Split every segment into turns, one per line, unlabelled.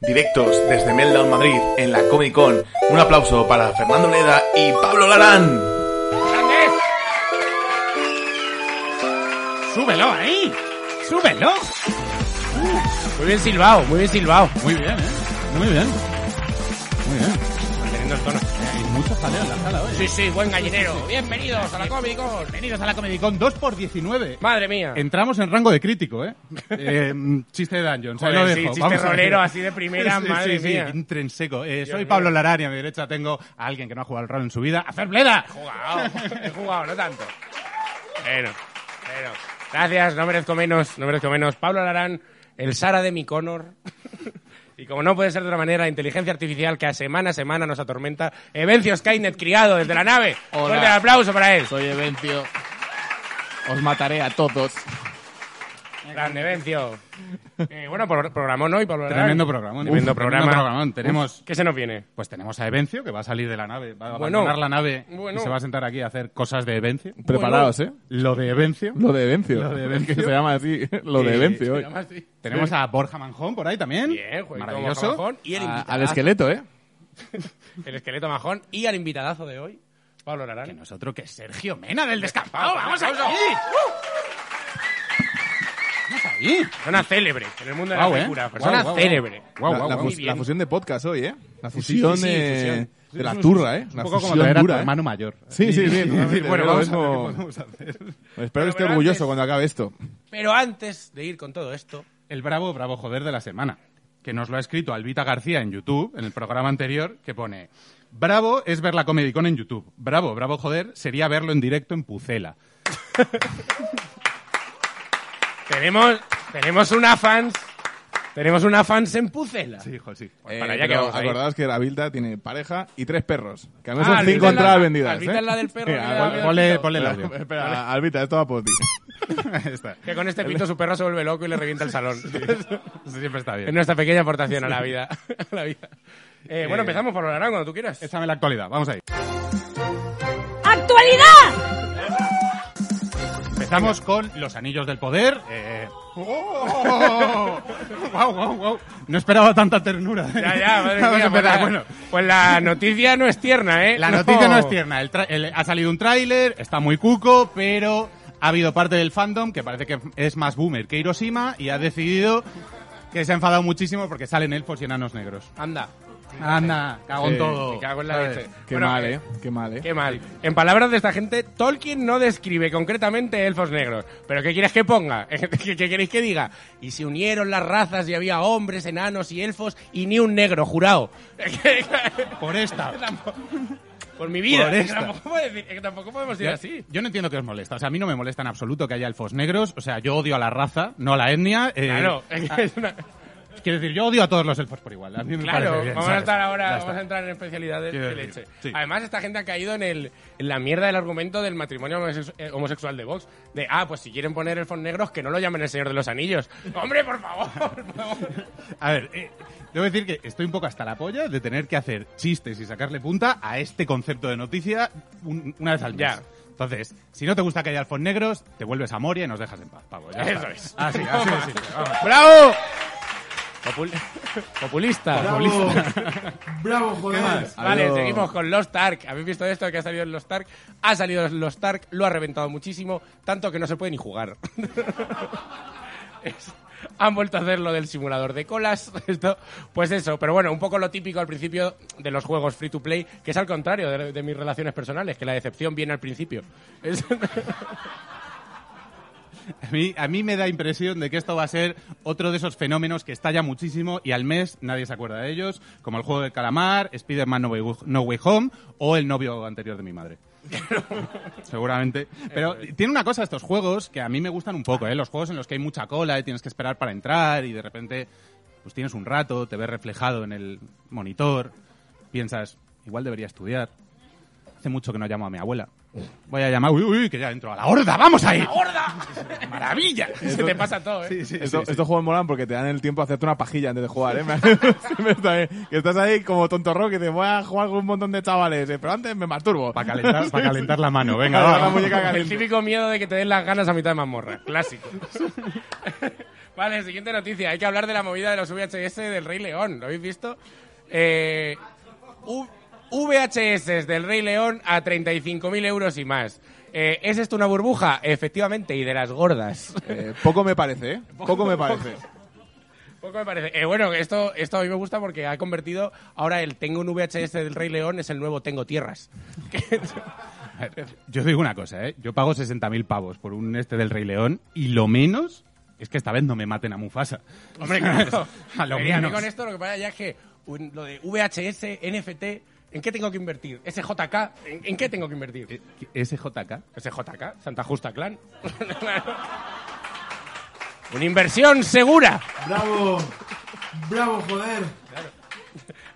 directos desde Meltdown Madrid en la Comic Con. Un aplauso para Fernando Leda y Pablo Larán.
¡Grande! ¡Súbelo ahí! ¡Súbelo! Uh, Muy bien silbado, muy bien silbado.
Muy bien, ¿eh? Muy bien. Muy bien.
Manteniendo el tono.
Hay mucho jaleo en la sala hoy.
Sí, sí, buen gallinero. Bienvenidos a la Comic Con.
Bienvenidos a la Comedicón 2x19.
Madre mía.
Entramos en rango de crítico, ¿eh? Eh, mm, chiste de Dungeon.
Joder,
ahí lo
sí,
dejo.
chiste
Vamos a ver.
rolero así de primera, madre mía.
intrínseco. Eh, soy Pablo Larán y a mi derecha tengo a alguien que no ha jugado al rol en su vida, a Fer Bleda.
He jugado, he jugado, no tanto. Bueno, bueno. Gracias, no merezco menos, no merezco menos. Pablo Larán, el Sara de mi Connor. Y como no puede ser de otra manera, la inteligencia artificial que a semana a semana nos atormenta, Evencio Skynet, criado desde la nave.
Hola.
Fuerte el aplauso para él.
Soy Evencio. Os mataré a todos.
Grande, Evencio. Eh, bueno, pro- programón hoy, Pablo Larán.
Tremendo programa.
Tremendo
Uf,
programa.
tremendo programón. Tenemos-
¿Qué se nos viene?
Pues tenemos a Evencio, que va a salir de la nave, va a
Bueno.
abandonar la nave
Bueno.
y se va a sentar aquí a hacer cosas de Evencio.
Preparados, ¿eh?
Lo de Evencio.
Lo de Evencio.
Lo de Evencio.
Que se llama así. Lo de
Eh,
Evencio hoy.
se llama así. Tenemos a Borja Manjón por ahí también.
Bien, jueguito
Maravilloso.
majón. Y el,
A-
invitadazo-
al esqueleto, ¿eh?
el esqueleto majón y al invitadazo de hoy, Pablo Larán.
Que nosotros que Sergio Mena del descampado. ¡Vamos aquí! ¡Vamos ahí!
Persona célebre en el mundo de
Guau,
la
¿eh?
figura.
Guau,
Persona
guau, guau.
célebre.
Guau,
la,
guau,
la
guau.
fus-
Muy
la
bien.
fusión de podcast hoy, ¿eh? La
sí,
fusión,
sí,
eh,
fusión.
de la turra, ¿eh?
Un
La
poco como
fusión
traer a tu
dura, ¿eh?
hermano mayor.
Sí, sí, bien.
A ver,
bien,
bueno,
lo
vamos
mismo.
a ver qué podemos hacer.
Espero que esté
pero
orgulloso
antes-
cuando acabe esto.
Pero antes de ir con todo esto,
El bravo, bravo joder de la semana, que nos lo ha escrito Albita García en YouTube, en el programa anterior, que pone... Bravo es ver la Comedicón en YouTube. Bravo, bravo joder sería verlo en directo en Pucela.
tenemos, tenemos una fans. Tenemos una fans en Pucela.
Sí, hijo, sí.
Pues
Eh,
para allá que
pero
vamos a ir.
acordaos que la Vilda tiene pareja y tres perros. Que a mí
Ah,
son
Albita
cinco
es la-
entradas vendidas.
Albita
¿eh?
es la del perro que le da-
Albita-
Ponle, ponle el audio.
Espera, Albita, esto va por ti.
Ahí está.
Que con este pito su perro se vuelve loco y le revienta el salón.
Eso siempre está
es
bien.
nuestra pequeña aportación a la vida. a la vida. Eh, bueno, empezamos por Larán cuando tú quieras.
Échame la actualidad, vamos ahí.
¡Actualidad!
Empezamos con Los Anillos del Poder. eh, ¡Oh! Guau, guau, guau. No esperaba tanta ternura. eh.
Ya, ya, madre
Vamos
mía,
a empezar.
pues, la,
Bueno,
pues la noticia no es tierna, ¿eh?
la noticia no, es tierna. El tra- el- ha salido un tráiler, está muy cuco, pero ha habido parte del fandom que parece que es más boomer que Hiroshima y ha decidido que se ha enfadado muchísimo porque salen elfos y enanos negros.
Anda,
Anda, cago en
Sí,
todo.
me cago en la
¿sabes?
leche.
Qué
Bueno,
mal, ¿eh? Qué mal, ¿eh?
Qué mal. En palabras de esta gente, Tolkien no describe concretamente elfos negros. ¿Pero qué quieres que ponga? ¿Qué, qué queréis que diga? Y se unieron las razas y había hombres, enanos y elfos y ni un negro, jurado.
Por esta.
Por mi vida.
Por
que
esta.
Tampoco, puedo decir- que tampoco podemos decir
Yo,
así.
yo no entiendo que os molesta. O sea, a mí no me molesta en absoluto que haya elfos negros. O sea, yo odio a la raza, no a la etnia. eh,
Claro, es una-
Quiero decir, yo odio a todos los elfos por igual. A mí me
Claro,
parece bien,
vamos a
¿sabes?
estar
Ya
ahora,
está.
vamos a entrar en especialidades
Quiero
de
decir,
leche.
sí.
Además, esta gente ha caído en, el, en la mierda del argumento del matrimonio homosex- eh, homosexual de Vox. De, ah, pues si quieren poner elfos negros, que no lo llamen el Señor de los Anillos. ¡Hombre, por favor! Por favor.
A ver, eh, debo decir que estoy un poco hasta la polla de tener que hacer chistes y sacarle punta a este concepto de noticia un- una vez al mes.
Ya.
Entonces, si no te gusta que haya elfos negros, te vuelves a Moria y nos dejas en paz, pavo. Ya
Eso
está. Ah,
es.
Así, así de simple, vamos.
¡Bravo! Populista. Vale,
Algo-
seguimos con Los Tark. ¿Habéis visto esto que ha salido en Los Tark? Ha salido en Los Tark, lo ha reventado muchísimo, tanto que no se puede ni jugar. Es- Han vuelto a hacer lo del simulador de colas, esto, pues eso, pero bueno, un poco lo típico al principio de los juegos free to play, que es al contrario de, de mis relaciones personales, que la decepción viene al principio. Es-
A mí, a mí me da impresión de que esto va a ser otro de esos fenómenos que estalla muchísimo y al mes nadie se acuerda de ellos, como el juego del calamar, Spider-Man no Way, no Way Home o el novio anterior de mi madre. Seguramente. Pero tiene una cosa estos juegos que a mí me gustan un poco, ¿eh? Los juegos en los que hay mucha cola y tienes que esperar para entrar y de repente pues tienes un rato, te ves reflejado en el monitor, piensas, igual debería estudiar. Hace mucho que no llamo a mi abuela. Voy a llamar, uy, uy, que ya entro a la horda, vamos ahí.
¡Maravilla! Se te pasa todo, ¿eh?
Esto- Estos juegos molan porque te dan el tiempo a hacerte una pajilla antes de jugar, ¿eh? Me- Siempre está ahí, que estás ahí como tonto rock y te voy a jugar con un montón de chavales, eh, pero antes me masturbo.
Para calentar, pa' calentar la mano, venga,
Para
va.
la muñeca
El
caliente.
típico miedo de que te den las ganas a mitad de mazmorra. Clásico. vale, siguiente noticia. Hay que hablar de la movida de los VHS del Rey León. ¿Lo habéis visto? Eh, U- VHS del Rey León a 35.000 euros y más. Eh, ¿Es esto una burbuja? Efectivamente, y de las gordas.
Eh, poco me parece, ¿eh? Poco me parece.
Poco me parece. Eh, bueno, esto, esto a mí me gusta porque ha convertido ahora el tengo un VHS del Rey León es el nuevo tengo tierras.
A ver, Yo os digo una cosa, ¿eh? Yo pago 60.000 pavos por un este del Rey León y lo menos es que esta vez no me maten a Mufasa.
Oh.
Hombre, claro.
a lo
Venía, a mí
menos.
con esto lo que pasa ya es que un- lo de VHS, NFT, ¿en qué tengo que invertir? ¿SJK? ¿En, en qué tengo que
Eh.
invertir?
SJK.
¿SJK? ¿Santa Justa Clan? Una inversión segura.
¡Bravo! ¡Bravo, joder!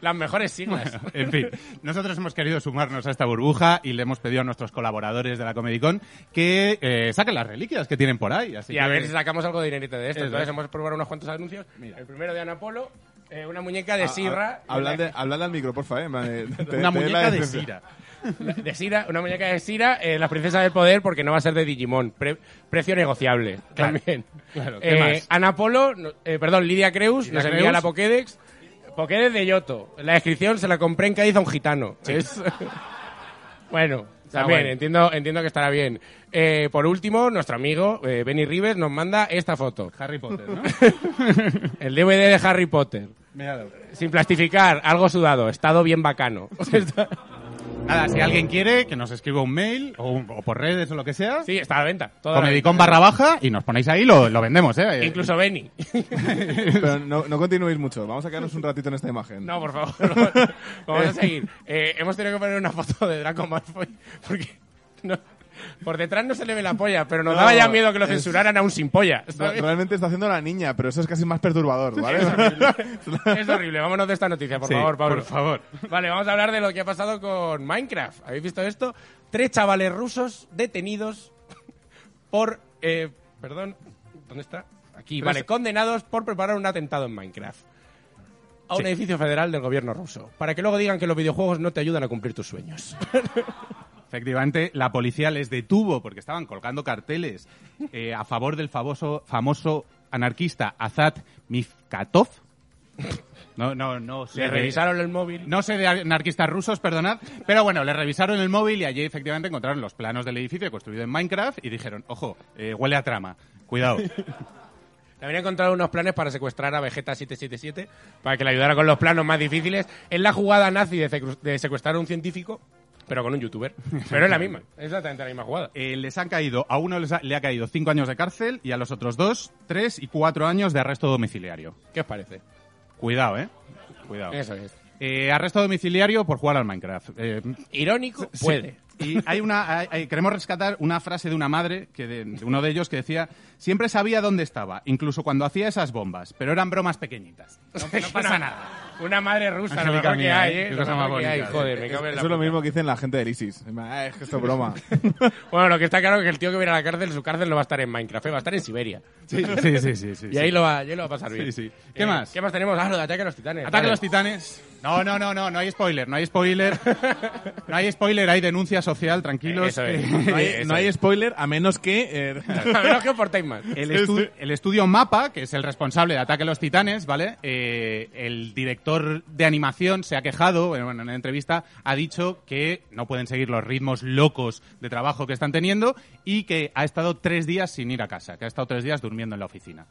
Las mejores siglas.
En fin, nosotros hemos querido sumarnos a esta burbuja y le hemos pedido a nuestros colaboradores de la Comedicón que eh, saquen las reliquias que tienen por ahí. Así
Y a
que-
ver si sacamos algo de dinerito de esto.
Eso
Entonces
es.
hemos probado unos cuantos anuncios.
Mira. Ah,
El primero de Ana Polo, eh, una muñeca de
A- a-
Sirra.
hablad de- hablad al micro, porfa, ¿eh? en plan, eh, te- te
una
la
muñeca de
decepción.
Sira.
De Sira, una muñeca de Sira, eh, la princesa del poder, porque no va a ser de Digimon. Pre- precio negociable también.
claro, ¿qué
Eh,
más?
Ana Polo, no- eh, perdón, Lidia Creus, nos envía
Creus.
la Pokédex. Pokédex de Yoto. La descripción se la compré en Cádiz a un gitano. Es- bueno, también,
guay.
entiendo, entiendo que estará bien. Eh, por último, nuestro amigo eh, Benny Rivers nos manda esta foto.
Harry Potter, ¿no?
El DVD de Harry Potter.
Miradlo.
Sin plastificar, algo sudado, estado bien bacano.
Nada, si alguien quiere, que nos escriba un mail o, un- o por redes o lo que sea.
sí, está a la venta. toda la venta.
Comedicón barra baja y nos ponéis ahí, lo, lo vendemos, ¿eh?
Incluso Benny.
Pero no, no continuéis mucho, vamos a quedarnos un ratito en esta imagen.
No, por favor. no. Vamos a seguir. Eh, hemos tenido que poner una foto de Draco Malfoy porque no- por detrás no se le ve la polla, pero nos
No,
daba ya miedo que lo
es-
censuraran aún sin polla.
No,
¿sabes?
realmente está haciendo la niña, pero eso es casi más perturbador, ¿vale?
Es horrible. Vámonos de esta noticia, por
Sí,
favor, Pablo.
por favor.
Vale, vamos a hablar de lo que ha pasado con Minecraft. ¿Habéis visto esto? Tres chavales rusos detenidos por... eh, perdón, ¿dónde está? Aquí, vale. Condenados por preparar un atentado en Minecraft. A un edificio federal del gobierno ruso. Para que luego digan que los videojuegos no te ayudan a cumplir tus sueños.
Efectivamente, la policía les detuvo porque estaban colgando carteles eh, a favor del famoso, famoso anarquista Azad Mifkatov. No, no, no. sé
Le
de-
revisaron el móvil.
No sé de anarquistas rusos, perdonad, pero bueno, le revisaron el móvil y allí efectivamente encontraron los planos del edificio construido en Minecraft y dijeron, ojo, eh, huele a trama, cuidado.
Le habían encontrado unos planes para secuestrar a Vegeta 777 para que le ayudara con los planos más difíciles. Es la jugada nazi de, secru- de secuestrar a un científico, pero con un youtuber. Pero es la misma, es exactamente la misma jugada.
Eh, les han caído, a uno les ha- le ha caído cinco años de cárcel y a los otros dos, tres y cuatro años de arresto domiciliario.
¿Qué os parece?
Cuidado, ¿eh? Cuidado.
Eso es.
Eh, arresto domiciliario por jugar al Minecraft. Eh,
Irónico,
sí.
puede.
Y hay una, hay- hay- queremos rescatar una frase de una madre, que de, de uno de ellos, que decía, siempre sabía dónde estaba, incluso cuando hacía esas bombas, pero eran bromas pequeñitas. No, no pasa nada.
Una madre rusa, lo
Angélica
mejor que
mía,
hay,
¿eh?
¿eh?
Qué
Lo
cosa
mejor
más
que hay,
bonita.
joder, me cago en la
Eso es lo
puta.
mismo que dicen la gente del ISIS. Ah, Es que esto es broma.
Bueno, lo que está claro es que el tío que viene a la cárcel, su cárcel no va a estar en Minecraft, ¿eh? va a estar en Siberia.
Sí, sí, sí. sí, sí.
Y ahí lo va, ahí lo va a pasar bien.
sí. ¿Qué más?
¿Qué más tenemos? Ah, lo de Ataque a los Titanes.
Ataque a
Vale.
los titanes. No, no, no, no, no hay spoiler, no hay spoiler. No hay spoiler, hay denuncia social, tranquilos.
Eso es.
No hay,
Eso
no hay
es.
spoiler a menos que... eh,
A ver, no, que os portáis mal.
El, estu- el estudio Mapa, que es el responsable de Ataque a los Titanes, ¿vale? Eh, el director de animación se ha quejado, bueno, en una entrevista, ha dicho que no pueden seguir los ritmos locos de trabajo que están teniendo y que ha estado tres días sin ir a casa, que ha estado tres días durmiendo en la oficina.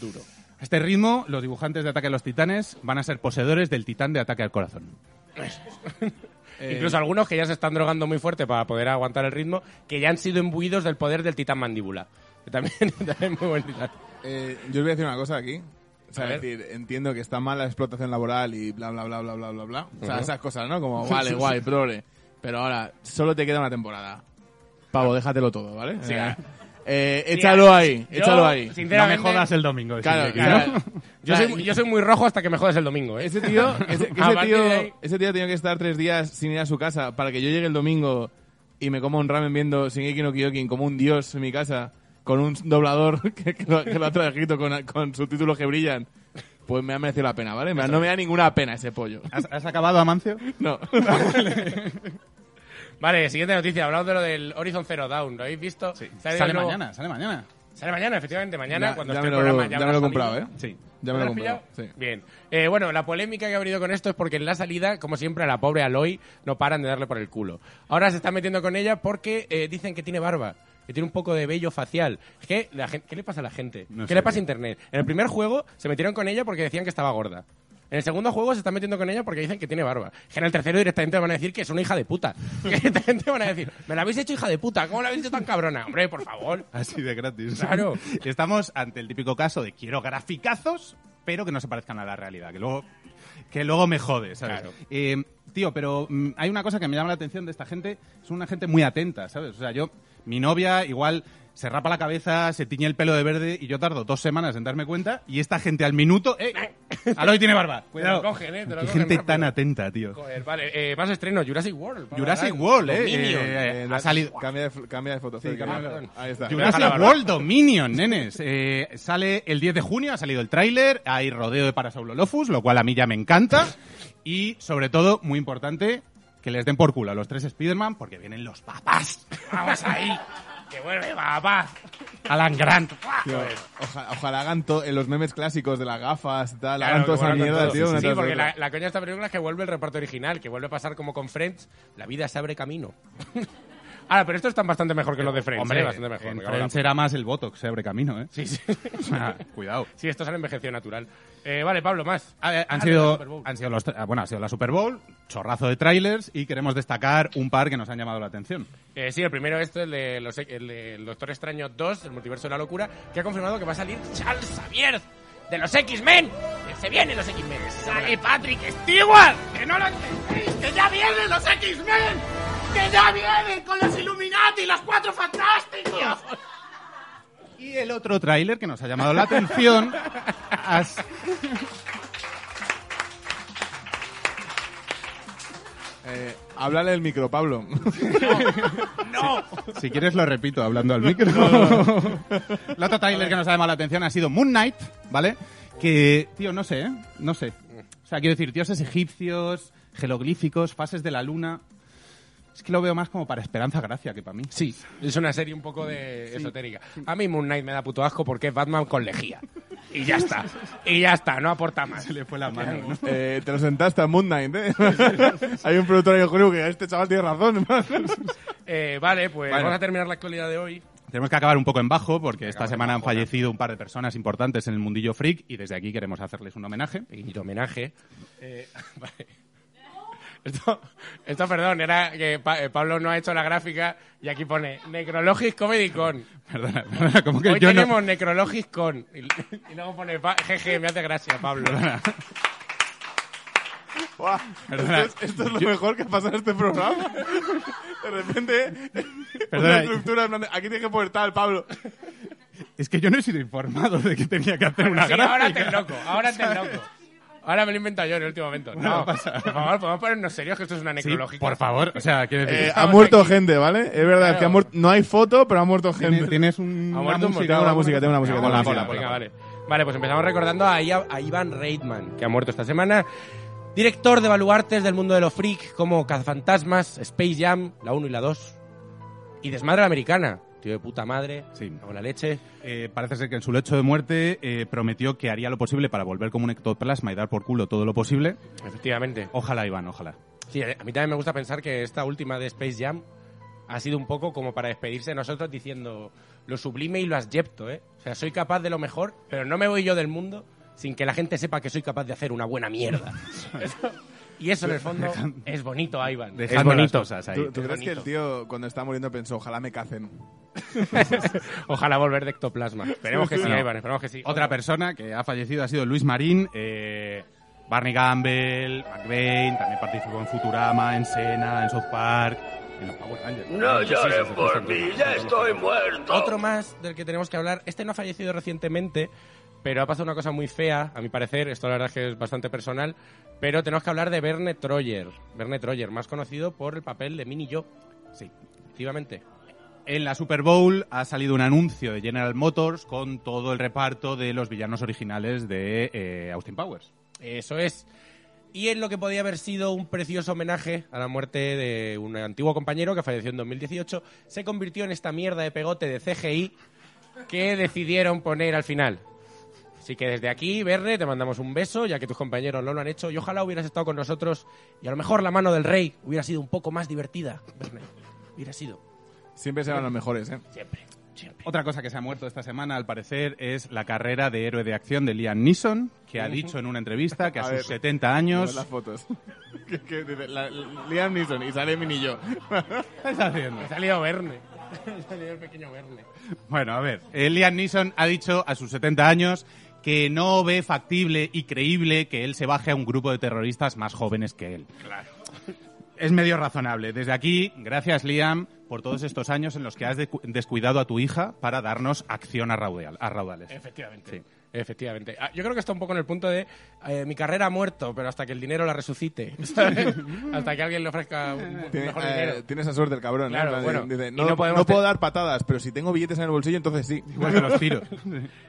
Duro. A este ritmo, los dibujantes de Ataque a los Titanes van a ser poseedores del titán de Ataque al Corazón. Eh,
Incluso algunos que ya se están drogando muy fuerte para poder aguantar el ritmo, que ya han sido imbuidos del poder del titán mandíbula. Que también, también es muy buen titán.
Eh, yo os voy a decir una cosa aquí. O sea,
A ver.
decir, entiendo que está mal la explotación laboral y bla, bla, bla, bla, bla, bla, bla. O sea, esas cosas, ¿no? Como, vale, guay, prole. Pero ahora, solo te queda una temporada. Pavo,
Ah.
déjatelo todo, ¿vale?
Sí,
Eh,
claro.
eh, échalo ahí,
yo-
échalo ahí.
sí,
No me
Sinceramente-
jodas el domingo.
Claro,
Shingeki,
claro.
¿no?
Yo,
O sea,
soy, yo soy muy rojo hasta que me jodes el domingo, ¿eh?
Ese tío, ese, que
A
ese
partir
tío,
de ahí-
ese tío ha tenido que estar tres días sin ir a su casa para que yo llegue el domingo y me coma un ramen viendo Shingeki no Kyojin como un dios en mi casa con un doblador que, que lo, que lo ha traído con, con subtítulos que brillan. Pues me ha merecido la pena, ¿vale? Me- No me da ninguna pena ese pollo.
¿Has, has acabado, Amancio?
No.
Vale, siguiente noticia. Hablamos de lo del Horizon Zero Dawn. ¿Lo habéis visto?
Sale,
de nuevo-
mañana, sale mañana.
Sale mañana, efectivamente. Mañana,
Ya-
cuando
ya
esté el
me lo-
programa.
ya
habrá
me lo he
salido.
comprado, ¿eh?
Sí.
Ya me lo he
¿Lo has
comprado.
pillado?
sí.
Bien. Eh, bueno, la polémica que ha habido con esto es porque en la salida, como siempre, a la pobre Aloy no paran de darle por el culo. Ahora se están metiendo con ella porque eh, dicen que tiene barba, que tiene un poco de vello facial. Es que la gen- ¿Qué le pasa a la gente?
No
¿Qué
sé,
le pasa a
tío.
Internet? En el primer juego se metieron con ella porque decían que estaba gorda. En el segundo juego se están metiendo con ella porque dicen que tiene barba. Que en el tercero directamente van a decir que es una hija de puta. Que directamente van a decir, me la habéis hecho hija de puta, ¿cómo la habéis hecho tan cabrona? Hombre, por favor.
Así de gratis.
Claro.
Estamos ante el típico caso de quiero graficazos, pero que no se parezcan a la realidad, que luego, que luego me jode, ¿sabes?
Claro.
Eh, tío, pero mm, hay una cosa que me llama la atención de esta gente, es una gente muy atenta, ¿sabes? O sea, yo, mi novia igual se rapa la cabeza, se tiñe el pelo de verde y yo tardo dos semanas en darme cuenta y esta gente al minuto, ¡eh! Aloy tiene barba, cuidado.
cogen, eh, te lo
Qué
cogen
gente
rápido.
tan atenta, tío.
Joder, vale. Eh, más estreno, Jurassic World. Pablo
Jurassic
Arán,
World, eh,
Dominion.
eh,
Eh,
ha salido,
Cambia de, fo- cambia de foto. Fede,
cambia
que-
de foto.
Ahí está.
Déjala
Jurassic
hablar.
World Dominion, nenes. Eh, sale el 10 de junio, ha salido el tráiler, hay rodeo de Parasaurolophus, lo cual a mí ya me encanta. Y, sobre todo, muy importante, que les den por culo a los tres Spider-Man porque vienen los papás.
Vamos ahí. Que vuelve papá. Alan Grant. ¡Buah!
Tío,
Joder.
oja- ojalá hagan to- en los memes clásicos de las gafas y tal,
Claro,
hagan toda
que
esa
vuelvan
mierda,
todos.
tío. una
Sí,
tras
porque
otra.
la, la coña de esta película es que vuelve el reparto original, que vuelve a pasar como con Friends, la vida se abre camino. Ahora, pero estos están bastante mejor que los de Friends. eh, bastante mejor.
en
porque ahora-
Friends era más el Botox, se abre camino, ¿eh?
Sí, sí.
Ah, cuidado.
sí, estos han envejecido natural. Eh, vale, Pablo, más.
A ver, han,
Ah, no, Super
sido,
Bowl.
han sido los, tra- bueno, ha sido la Super Bowl, chorrazo de trailers y queremos destacar un par que nos han llamado la atención.
Eh, sí, el primero este, el de, los, el de El Doctor Extraño 2, el multiverso de la locura, que ha confirmado que va a salir Charles Xavier de los X-Men. Que Se vienen los X-Men. Sale Patrick Stewart. Que no lo entendéis. Que ya vienen los X-Men. Que ya vienen con los Illuminati, los cuatro fantásticos.
Y el otro tráiler que nos ha llamado la atención has-
Eh, háblale el micro, Pablo.
No.
Si quieres lo repito hablando al micro. El otro trailer que nos ha llamado la atención ha sido Moon Knight, ¿vale? Que, tío, no sé, ¿eh? No sé. O sea, quiero decir, dioses egipcios, jeroglíficos, fases de la luna... Es que lo veo más como para Esperanza Gracia que para mí.
Sí, es una serie un poco de esotérica. A mí Moon Knight me da puto asco porque es Batman con lejía. Y ya está. Y ya está, no aporta más.
Se le fue la mano, ¿no?
Eh, te lo sentaste a Moon Knight, ¿eh? Hay un productor en el Hollywood que este chaval tiene razón.
Eh, vale, pues
Bueno.
vamos a terminar la actualidad de hoy.
Tenemos que acabar un poco en bajo porque esta semana han fallecido un par de personas importantes en el mundillo freak y desde aquí queremos hacerles un homenaje.
pequeñito homenaje. Eh, vale. Esto, esto, perdón, era que Pa- eh, Pablo no ha hecho la gráfica y aquí pone Necrologis Comedy Con.
Perdona, perdona, como que
Hoy
yo no-
tenemos Necrologis Con. Y, y luego pone, pa- jeje, me hace gracia, Pablo.
Buah,
Perdona.
Esto, es, esto es lo mejor que ha pasado en este programa. De repente,
Perdona.
una estructura en plan de, aquí tiene que poner tal, Pablo.
Es que yo no he sido informado de que tenía que hacer una
Sí,
gráfica.
ahora te loco, ahora te loco. Ahora me lo he inventado yo en el último momento. No, por favor, podemos ponernos serios que esto es una
Sí,
necrológica.
por favor, o sea, quiero decir,
Eh, ha
Estamos
muerto
aquí.
gente, ¿vale? Es verdad, es que ha muerto- no hay foto, pero ha muerto gente.
¿tienes, tienes un-
Ha
una
muerto un
música,
tengo una música, tengo una música.
Hola,
tengo una
hola,
música.
Venga, vale. Vale, pues empezamos recordando a, Ia- a Iván Reitman, que ha muerto esta semana. Director de baluartes del mundo de los freak, como Cazafantasmas, Space Jam, la 1 y la 2. Y Desmadre a la Americana, tío de puta madre,
Sí.
con la leche.
Eh, parece ser que en su lecho de muerte eh, prometió que haría lo posible para volver como un ectoplasma y dar por culo todo lo posible.
Efectivamente.
Ojalá, Iván, ojalá.
Sí, a mí también me gusta pensar que esta última de Space Jam ha sido un poco como para despedirse de nosotros diciendo lo sublime y lo asyepto, ¿eh? O sea, soy capaz de lo mejor, pero no me voy yo del mundo sin que la gente sepa que soy capaz de hacer una buena mierda. Eso- y eso, en el fondo, es bonito, Ivan. Es
Dejando las
bonito.
cosas ahí.
¿Tú, tú
Qué
crees que
bonito.
el tío, cuando estaba muriendo, pensó, ojalá me cacen?
Ojalá volver de ectoplasma. Esperemos que sí,
Bueno.
Ivan, esperemos que sí.
Otra persona que ha fallecido ha sido Luis Marín, eh, Barney Gamble, McBain, también participó en Futurama, en Sena, en South Park, en los Power Rangers.
No
Sí, sí, sí,
llores
sí, sí,
por
sí, sí,
mí,
sí,
ya
sí, sí,
estoy
sí.
muerto.
Otro más del que tenemos que hablar. Este no ha fallecido recientemente, pero ha pasado una cosa muy fea, a mi parecer. Esto la verdad es que es bastante personal. Pero tenemos que hablar de Verne Troyer. Verne Troyer, más conocido por el papel de Mini Yo. Sí, efectivamente.
En la Super Bowl ha salido un anuncio de General Motors con todo el reparto de los villanos originales de eh, Austin Powers.
Eso es. Y en lo que podía haber sido un precioso homenaje a la muerte de un antiguo compañero que falleció en 2018, se convirtió en esta mierda de pegote de CGI que decidieron poner al final. Así que desde aquí, Verne, te mandamos un beso, ya que tus compañeros no lo han hecho. Y ojalá hubieras estado con nosotros y a lo mejor la mano del rey hubiera sido un poco más divertida, Verne. Hubiera sido.
Siempre serán los mejores, ¿eh?
Siempre, siempre.
Otra cosa que se ha muerto esta semana, al parecer, es la carrera de héroe de acción de Liam Neeson, que ha dicho en una entrevista que a,
A
sus
ver.
70
Todas
años...
las fotos. que, que dice, la- Liam Neeson y sale Mini yo.
¿Qué está haciendo?
Ha salido Verne. Ha salido el pequeño Verne.
Bueno, a ver. eh, Liam Neeson ha dicho a sus 70 años que no ve factible y creíble que él se baje a un grupo de terroristas más jóvenes que él. Claro. Es medio razonable. Desde aquí, gracias Liam por todos estos años en los que has decu- descuidado a tu hija para darnos acción a, raudal- a raudales.
Efectivamente. Efectivamente. Ah, Yo creo que está un poco en el punto de eh, mi carrera ha muerto, pero hasta que el dinero la resucite. ¿sabes? hasta que alguien le ofrezca un bu-
Tiene,
mejor
eh,
dinero.
tiene esa suerte el cabrón. ¿eh?
Claro,
En plan,
bueno,
dice,
y
no,
no
no
podemos
puedo
te-
dar patadas, pero si tengo billetes en el bolsillo, entonces sí.
Igual que Pues los tiros.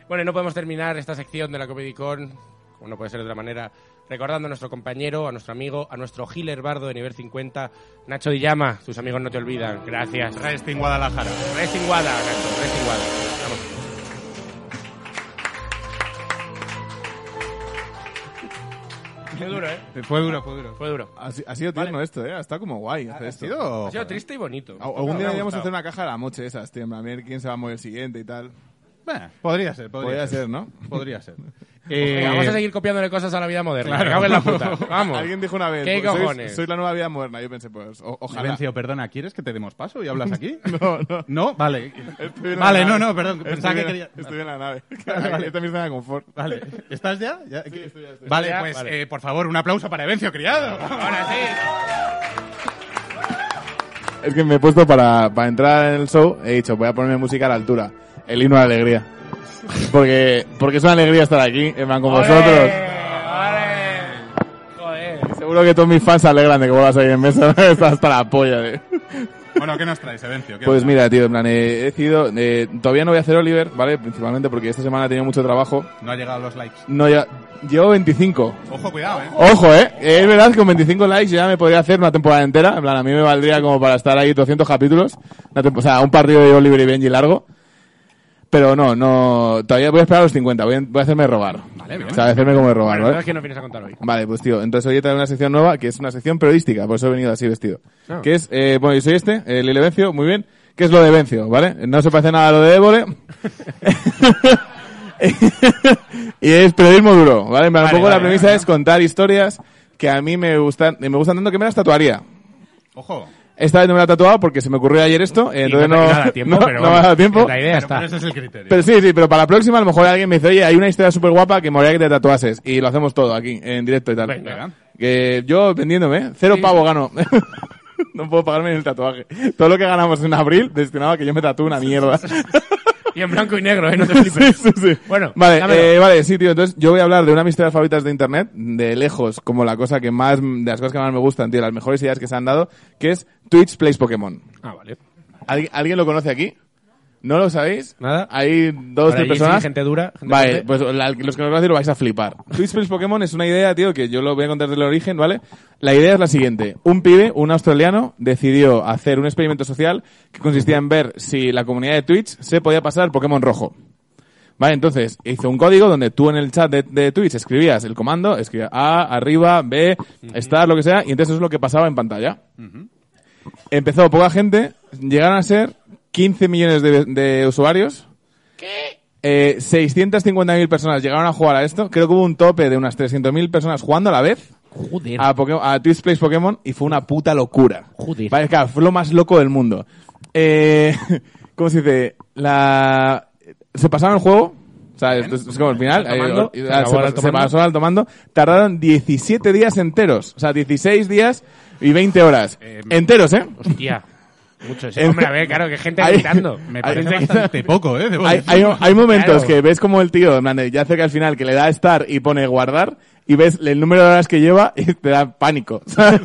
Bueno, y no podemos terminar esta sección de la Comedy Con, como no puede ser de otra manera, recordando a nuestro compañero, a nuestro amigo, a nuestro healer bardo de nivel 50, Nacho Dillama. Sus amigos no te olvidan. Gracias.
Rest in Guadalajara.
Restinguada, Nacho, restinguada. Vamos. Fue duro, ¿eh?
Fue duro, fue duro.
Fue duro.
Ha, si- ha sido tierno esto, ¿eh? Está como guay. hacer
Ha
esto.
sido-
Ha sido triste y bonito.
A- Algún
Me
día
ha
deberíamos
gustado.
hacer una caja de la moche de esas, tío. en plan, A ver quién se va a mover el siguiente y tal.
Bueno, podría ser, podría,
Podría ser, ¿no?
Podría ser.
Venga, vamos a
Eh,
seguir copiándole cosas a la vida moderna. Me cago en la puta. Vamos.
Alguien dijo una vez,
¿Qué
pues, sois-
cojones?
Sois la nueva vida moderna. Yo pensé, pues, o- ojalá.
Silencio, perdona, ¿quieres que te demos paso y hablas aquí?
No, no.
No, vale.
Estoy en la
Vale, no,
nave.
no, perdón. Pensaba que
Estoy en-
quería.
Estoy en la nave. Esta es mi zona de confort.
Vale. ¿Estás ya? ¿Ya?
estoy ya, estoy
Vale,
ya.
pues
Vale.
eh, por favor, un aplauso para Evencio Criado.
Ahora sí.
Es que me he puesto para, para entrar en el show, he dicho, voy a ponerme música a la altura. El himno a la alegría. Porque, porque es una alegría estar aquí, en van con vosotros.
¡Ole! Joder.
Seguro que todos mis fans se alegran de que vuelvas ahí en mesa. Estás hasta la polla, tío.
Bueno, ¿qué nos traes, Evencio? ¿Qué
Pues
nos
mira, tío, en plan, eh, he decidido, eh, todavía no voy a hacer Oliver, ¿vale? Principalmente porque esta semana he tenido mucho trabajo.
traes? No ha llegado los likes.
No, ya, llevo 25.
Ojo, cuidado, ¿eh?
Ojo, eh. Es verdad que con 25 likes ya me podría hacer una temporada entera. En plan, a mí me valdría como para estar ahí 200 capítulos. Una tempo- o sea, un partido de Oliver y Benji largo. Pero no, no. Todavía voy a esperar a los 50. Voy a, voy a hacerme robar. Vale, O sea, voy a hacerme como robar,
Bueno,
¿vale?
¿sabes qué nos vienes a contar hoy?
Vale, pues tío, entonces hoy traigo una sección nueva que es una sección periodística, por eso he venido así vestido. Que es, eh, bueno, yo soy este, el Lile Bencio, muy bien. ¿Qué es lo de Bencio, vale? No se parece nada a lo de Évole. y es periodismo duro, ¿vale? En plan, Un
Vale,
poco la
vale,
premisa es contar historias que a mí me gustan, me gustan tanto que me las tatuaría.
Ojo.
Esta vez no me la he tatuado porque se me ocurrió ayer esto, eh, entonces
no
no,
te queda tiempo,
no-
pero
no me ha dado tiempo.
La idea
Pero
está.
ese es el criterio.
Pero sí, sí, pero para la próxima a lo mejor alguien me dice, oye, hay una historia súper guapa que me gustaría que te tatuases. Y lo hacemos todo aquí, en directo y tal.
Venga.
Que yo vendiéndome, ¿eh? cero pavo gano. no puedo pagarme ni el tatuaje. Todo lo que ganamos en abril destinado a que yo me tatúe una mierda.
Y en blanco y negro, ¿eh? No te
sí,
flipes.
sí, sí.
Bueno,
vale,
dámelo.
eh, vale, sí, tío. Entonces, yo voy a hablar de una de mis historias favoritas de internet, de lejos, como la cosa que más, de las cosas que más me gustan, tío, las mejores ideas que se han dado, que es Twitch Plays Pokémon.
Ah, vale.
¿Algu- ¿Alguien lo conoce aquí? ¿No lo sabéis?
Nada.
Hay dos,
Ahora
tres
allí sí,
personas.
gente dura, gente
vale,
fuerte.
pues la- los que lo conocéis lo vais a flipar. Twitch Plays Pokémon es una idea, tío, que yo lo voy a contar desde el origen, ¿vale? La idea es la siguiente. Un pibe, un australiano, decidió hacer un experimento social que consistía en ver si la comunidad de Twitch se podía pasar Pokémon rojo. Vale, entonces hizo un código donde tú en el chat de, de Twitch escribías el comando, escribías A, arriba, B, estar, lo que sea, y entonces eso es lo que pasaba en pantalla empezó poca gente, llegaron a ser 15 millones de, de usuarios. ¿Qué? Eh, 650.000 personas llegaron a jugar a esto. Creo que hubo un tope de unas 300.000 personas jugando a la vez
Joder.
a, Poké- a Twitch Plays Pokémon y fue una puta locura.
Joder.
Vale, claro, fue lo más loco del mundo. Eh, ¿Cómo se dice? La... Se pasaron el juego, O sea, esto es, es como al final,
Alto mando,
eh,
se
eh, ah, se,
acabó el
pas-
alto
se
mando.
pasó al tomando, tardaron 17 días enteros, o sea, 16 días y 20 horas.
Eh,
enteros, ¿eh?
Hostia. Mucho. sí. Hombre, a ver, claro, que gente
Ahí-
gritando.
Me
Hay-
parece bastante poco, ¿eh? Debo
Hay,
decir.
hay, hay momentos
Claro.
que ves como el tío, en plan de, ya cerca al final, que le da estar y pone guardar, y ves el número de horas que lleva y te da pánico. ¿sabes?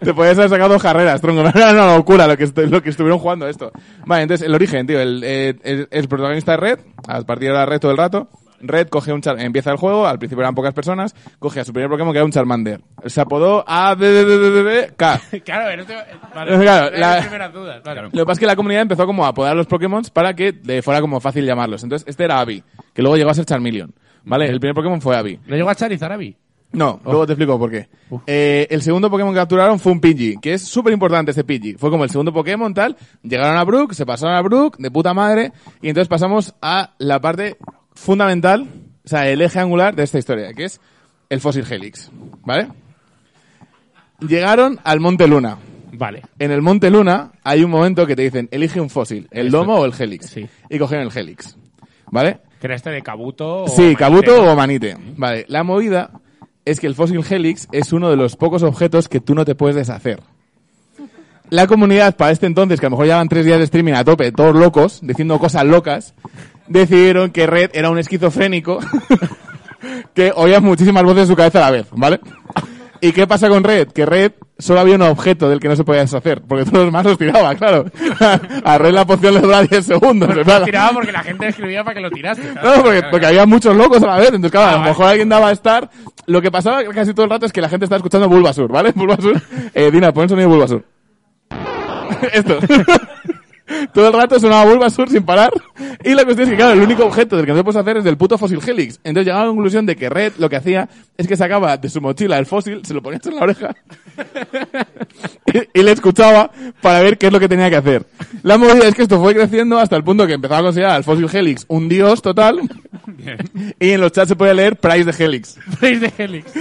te podías haber sacado jarreras, tronco. Era una locura lo que, estu- lo que estuvieron jugando esto. Vale, entonces el origen, tío. El, eh, el- el protagonista es Red, a partir de ahora Red todo el rato. Red coge un Char- empieza el juego, al principio eran pocas personas, coge a su primer Pokémon que era un Charmander. Se apodó A B B B B B B, K.
Claro, el otro-
Claro,
Vale, eran
la-
las primeras dudas. vale.
Lo que pasa es que la comunidad empezó como a apodar a los Pokémon para que le fuera como fácil llamarlos. Entonces, este era Abby, que luego llegó a ser Charmeleon. ¿Vale? El primer Pokémon fue Abby.
¿No llegó a Charizard, Abby?
No, luego te explico por qué. Eh, el segundo Pokémon que capturaron fue un Pidgey, que es súper importante este Pidgey. Fue como el segundo Pokémon, tal. Llegaron a Brook, se pasaron a Brook, de puta madre. Y entonces pasamos a la parte fundamental, o sea, el eje angular de esta historia, que es el Fósil Helix. ¿Vale? Llegaron al Monte Luna.
Vale.
En el Monte Luna hay un momento que te dicen, elige un fósil, el lomo o el Helix.
Sí.
Y cogieron el Helix. ¿Vale?
Que era este de Kabuto o este
sí,
Manite,
Kabuto
¿no?
o Manite. Vale, la movida es que el fósil Helix es uno de los pocos objetos que tú no te puedes deshacer. La comunidad para este entonces, que a lo mejor llevan tres días de streaming a tope, todos locos, diciendo cosas locas, decidieron que Red era un esquizofrénico que oía muchísimas voces en su cabeza a la vez, ¿vale? ¿Y qué pasa con Red? Que Red solo había un objeto del que no se podía deshacer, porque todos los demás los tiraba, claro. A Red la poción le duraba 10 segundos. en plan.
Tiraba porque la gente escribía para que lo tiraste.
No, porque, porque había muchos locos a la vez, entonces claro, a lo
vale.
mejor alguien daba a estar. Lo que pasaba casi todo el rato es que la gente estaba escuchando Bulbasur, ¿vale? Bulbasur. Eh, Dina, pon el sonido de Bulbasur. Esto. todo el rato sonaba Bulbasur sin parar. Y la cuestión es que, claro, el único objeto del que no te puedes hacer es del puto fósil Helix. Entonces llegaba a la conclusión de que Red lo que hacía es que sacaba de su mochila el fósil, se lo ponía en la oreja y, y le escuchaba para ver qué es lo que tenía que hacer. La movida es que esto fue creciendo hasta el punto que empezaba a considerar al Fossil Helix un dios total. Y en los chats se podía leer Price de Helix.
Face de Helix.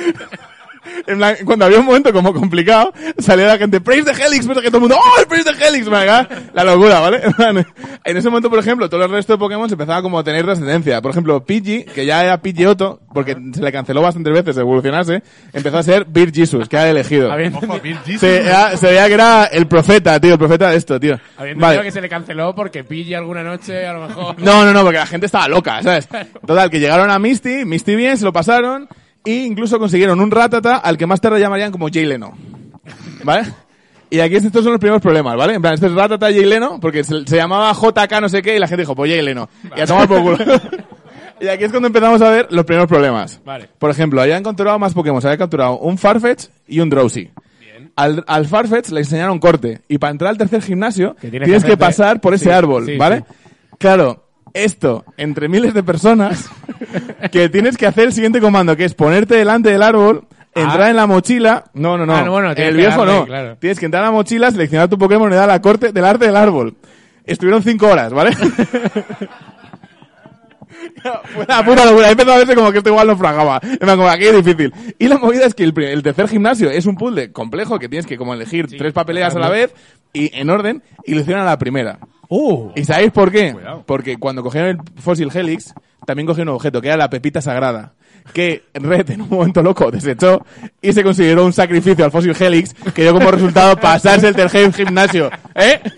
En plan, cuando había un momento como complicado, salía la gente, Praise the Helix, pero que todo el mundo, ¡Oh, el Praise the Helix! Me acaba- La locura, ¿vale? En plan, En ese momento, por ejemplo, todo el resto de Pokémon se empezaba como a tener descendencia. Por ejemplo, Pidgey, que ya era Pidgeotto, porque se le canceló bastantes veces evolucionase, empezó a ser Beer Jesus, que era el elegido.
Había entendido,
Ojo, Bill Gisel.
Se, era- se veía que era el profeta, tío, el profeta de esto, tío.
había entendido
Vale.
que se le canceló porque pille alguna noche, a lo mejor.
No, no, no, porque la gente estaba loca, ¿sabes? Total, que llegaron a Misty, Misty bien, se lo pasaron, e incluso consiguieron un ratata al que más tarde llamarían como Jay Leno. ¿Vale? Y aquí estos son los primeros problemas, ¿vale? En plan, este es ratata Jay Leno, porque se, se llamaba JK no sé qué, y la gente dijo, pues Jay Leno. Y a tomar por culo. y aquí es cuando empezamos a ver los primeros problemas.
Vale.
Por ejemplo, habían capturado más Pokémon, se había capturado un Farfetch y un Drowsy. Al, al Farfetch le enseñaron corte, y para entrar al tercer gimnasio
Que
tienes,
tienes que
que,
hacerte-
pasar por ese
Sí,
árbol,
sí,
¿vale?
sí.
Claro, esto entre miles de personas que tienes que hacer el siguiente comando, que es ponerte delante del árbol, entrar en la mochila. No, no, no.
Ah, no, bueno, tienes
el
que
viejo
darle,
no.
claro.
Tienes que entrar a la mochila, seleccionar tu Pokémon y dar la corte delante del árbol. Estuvieron cinco horas, ¿vale? Fue una puta locura. He empezado a verse como que esto igual no fragaba. En plan, Como aquí es difícil. Y la movida es que el, pri- el tercer gimnasio es un puzzle complejo que tienes que como elegir tres papeleas a la vez y en orden y lo hicieron a la primera.
Uh.
¿Y sabéis por qué? Porque cuando cogieron el fósil Helix, también cogieron un objeto, que era la pepita sagrada, que Red en un momento loco desechó y se consideró un sacrificio al fósil Helix, que dio como resultado pasarse el tercer gimnasio. ¿Eh?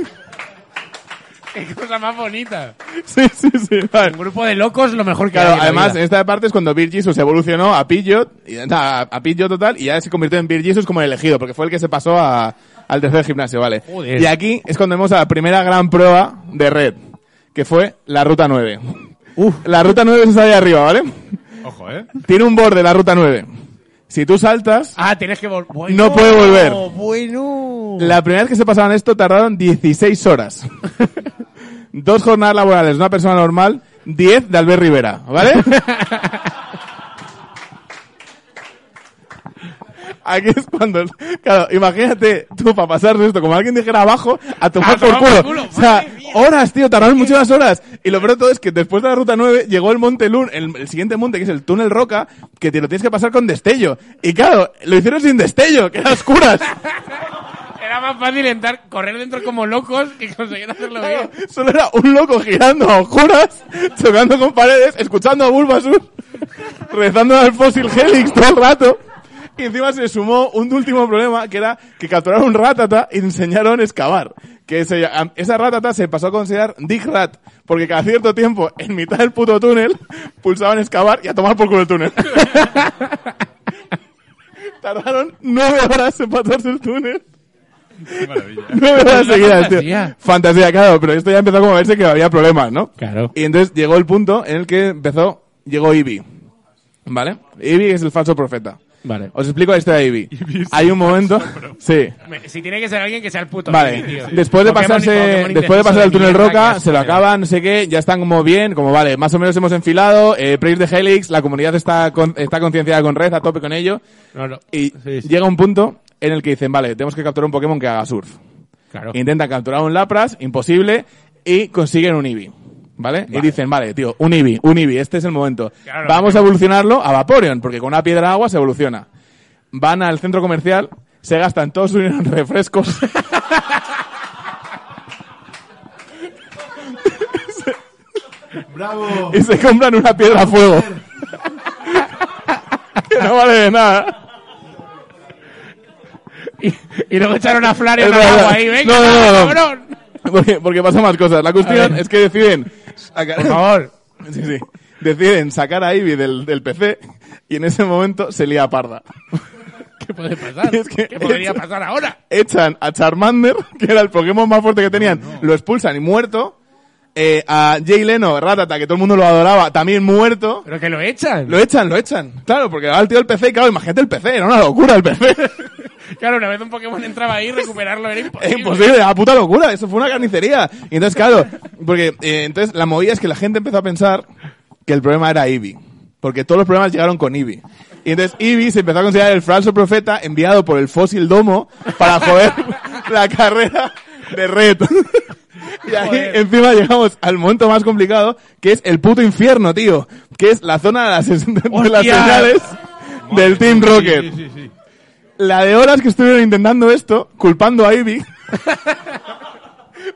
Qué cosa más bonita.
Sí, sí, sí. vale.
Un grupo de locos lo mejor que hay
Claro,
en la
además, en
vida.
esta parte es cuando Beer Jesus evolucionó a Pidgeot, y, a, a Pidgeot total, y ya se convirtió en Beer Jesus como el elegido, porque fue el que se pasó a- al tercer gimnasio, ¿vale?
Joder.
Y aquí es cuando vemos a la primera gran prueba de red, que fue la Ruta 9. La Ruta 9 se sale de arriba, ¿vale?
Ojo, ¿eh?
Tiene un borde la Ruta 9. Si tú saltas,
Ah, tienes que volver.
no puede volver.
Bueno.
La primera vez que se pasaban esto tardaron 16 horas. Dos jornadas laborales, de una persona normal, 10 de Albert Rivera, ¿vale? Aquí es cuando... Claro, imagínate tú para pasar esto, como alguien dijera abajo, a tomar
A
por
tomar
culo.
por culo,
O sea,
madre mía.
horas, tío, tardaron muchísimas horas. Y lo peor de todo es que después de la Ruta 9 llegó el Monte Lun, el, el siguiente monte, que es el Túnel Roca, que te lo tienes que pasar con destello. Y claro, lo hicieron sin destello, que era a oscuras.
Era más fácil entrar, correr dentro como locos que conseguir hacerlo bien.
Solo era un loco girando a oscuras, chocando con paredes, escuchando a Bulbasur, rezando al fósil Helix todo el rato. Y encima se sumó un último problema, que era que capturaron un ratata y le enseñaron a excavar. Que se- a- esa ratata se pasó a considerar Dig Rat, porque cada cierto tiempo, en mitad del puto túnel, pulsaban excavar y a tomar por culo el túnel. Tardaron nueve horas en pasarse el túnel. Nueve horas seguidas, tío.
fantasía.
Fantasía, claro, pero esto ya empezó como a verse que había problemas, ¿no?
Claro.
Y entonces llegó el punto en el que empezó, llegó Ivy. ¿Vale? Ivy es el falso profeta.
Vale.
Os explico la historia de Ivy. Hay un momento. Sí.
Me- Si tiene que ser alguien que sea el puto.
Vale.
Ivy, tío.
Después de
Pokémon- Pokémon
pasarse, después de
indefenso
pasar el túnel
mierda que
roca,
es,
se lo
joder.
acaban, no sé qué, ya están como bien, como vale, más o menos hemos enfilado, eh, Praise de Helix, la comunidad está con- está concienciada con Red, a tope con ello,
No, no.
y
Sí, sí.
llega un punto en el que dicen, vale, tenemos que capturar un Pokémon que haga surf.
Claro.
Intentan capturar un Lapras, imposible, y consiguen un Eevee. ¿Vale? Y dicen, vale, tío, un Eevee, un Eevee, este es el momento.
Claro,
Vamos a evolucionarlo a Vaporeon, porque con una piedra de agua se evoluciona. Van al centro comercial, se gastan todos sus dinero en refrescos.
Bravo.
y se compran una piedra a fuego. que no vale de nada.
Y, y luego echaron a Flario
Es
en el
verdad.
agua ahí, venga,
No, no, no, no.
cabrón.
Porque, porque pasan más cosas. La cuestión es que deciden. sacar-
Por favor.
Sí, sí. Deciden sacar a Ivy del, del PC y en ese momento se lía parda.
¿Qué puede pasar?
Es que-
¿Qué podría pasar ahora?
Echan a Charmander, que era el Pokémon más fuerte que tenían, lo expulsan y muerto. Eh, a Jay Leno, Ratata, que todo el mundo lo adoraba, también muerto.
Pero que lo echan.
Lo echan, lo echan. Claro, porque va el tío del PC y claro, imagínate el PC, era una locura el PC.
Claro, una vez un Pokémon entraba ahí, recuperarlo era
Es
imposible.
imposible, la puta locura, eso fue una carnicería. Y entonces, claro, porque eh, entonces la movida es que la gente empezó a pensar que el problema era Eevee, porque todos los problemas llegaron con Eevee. Y entonces Eevee se empezó a considerar el falso profeta enviado por el fósil domo para joder la carrera de Red. Y ahí
Joder.
encima llegamos al momento más complicado, que es el puto infierno, tío. Que es la zona de las, de las
Hostia.
señales del Team Rocket
Sí, sí, sí.
la de horas que estuvieron intentando esto, culpando a Ivy.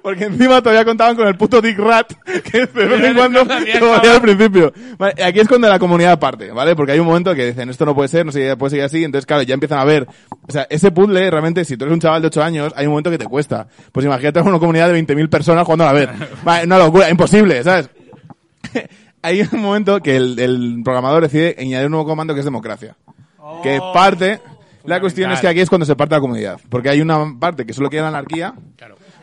Porque encima todavía contaban con el puto Dick Rat, que de vez en cuando
Era el
como
cabrón.
al principio. Vale, aquí es cuando la comunidad parte, ¿vale? Porque hay un momento que dicen, esto no puede ser, no se puede seguir así. Entonces, claro, ya empiezan a ver. O sea, ese puzzle, realmente, si tú eres un chaval de 8 años, hay un momento que te cuesta. Pues imagínate una comunidad de 20.000 personas jugando a la vez. Vale, una locura, imposible, ¿sabes? hay un momento que el, el programador decide añadir un nuevo comando que es democracia. que parte. La cuestión es que aquí es cuando se parte la comunidad. Porque hay una parte que solo queda anarquía.